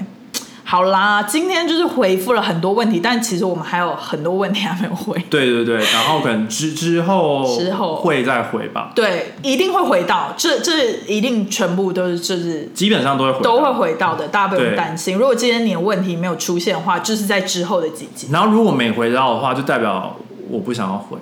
[SPEAKER 2] 好啦，今天就是回复了很多问题，但其实我们还有很多问题还没有回。
[SPEAKER 1] 对对对，然后可能之之后
[SPEAKER 2] 之后
[SPEAKER 1] 会再回吧，
[SPEAKER 2] 对，一定会回到，这这一定全部都是就是
[SPEAKER 1] 基本上都会回，
[SPEAKER 2] 都会。回到的，大家不用担心。如果今天你的问题没有出现的话，就是在之后的几集，
[SPEAKER 1] 然后如果没回到的话，就代表我不想要回。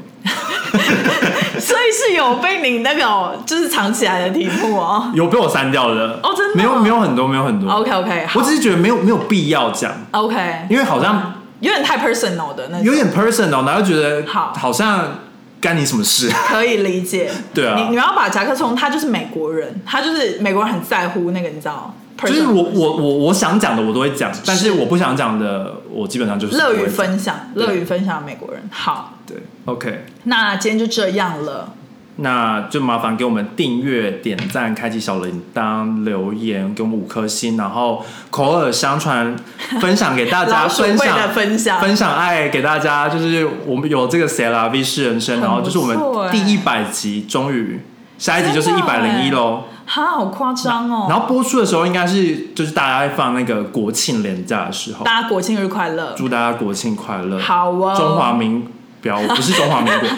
[SPEAKER 2] 所以是有被你那个哦就是藏起来的题目 哦。
[SPEAKER 1] 有被我删掉的
[SPEAKER 2] 哦真的哦哦
[SPEAKER 1] 没有没有很多，没有很多。
[SPEAKER 2] OK OK，好
[SPEAKER 1] 我只是觉得没有没有必要讲，
[SPEAKER 2] OK，
[SPEAKER 1] 因为好像
[SPEAKER 2] 有点太 personal 的那 种
[SPEAKER 1] 有点 personal，然后觉得
[SPEAKER 2] 好
[SPEAKER 1] 好像干你什么事？
[SPEAKER 2] 可以理解。
[SPEAKER 1] 对啊
[SPEAKER 2] 你你们要把夹克松，他就是美国人，他就是美国人很在乎那个，你知道。
[SPEAKER 1] 就是我我我我想讲的我都会讲，但是我不想讲的我基本上就是
[SPEAKER 2] 乐
[SPEAKER 1] 不
[SPEAKER 2] 于
[SPEAKER 1] 会讲
[SPEAKER 2] 分享，
[SPEAKER 1] 对
[SPEAKER 2] 乐于分享美国人。好，
[SPEAKER 1] 对，OK，
[SPEAKER 2] 那今天就这样了。
[SPEAKER 1] 那就麻烦给我们订阅、点赞、开启小铃铛、留言，给我们五颗星，然后口耳相传，分享给大家，
[SPEAKER 2] 老鼠会
[SPEAKER 1] 分享
[SPEAKER 2] 的分享
[SPEAKER 1] 分享爱给大家。就是我们有这个谁啦 V 是人生，
[SPEAKER 2] 很不
[SPEAKER 1] 然后就是我
[SPEAKER 2] 错
[SPEAKER 1] 们
[SPEAKER 2] 欸
[SPEAKER 1] 第一百集，终于下一集就是
[SPEAKER 2] 真
[SPEAKER 1] 一
[SPEAKER 2] 的
[SPEAKER 1] 百零
[SPEAKER 2] 欸
[SPEAKER 1] 一喽。
[SPEAKER 2] 哈，好夸张哦！
[SPEAKER 1] 嗯然后播出的时候应该是就是大家在放那个国庆连假的时候，
[SPEAKER 2] 大家国庆日快乐！
[SPEAKER 1] 祝大家国庆快乐，
[SPEAKER 2] 好哦
[SPEAKER 1] 中华民不要不是中华民国，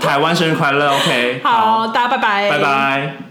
[SPEAKER 1] 台湾生日快乐，OK，
[SPEAKER 2] 哦好，大家拜拜，
[SPEAKER 1] 拜拜。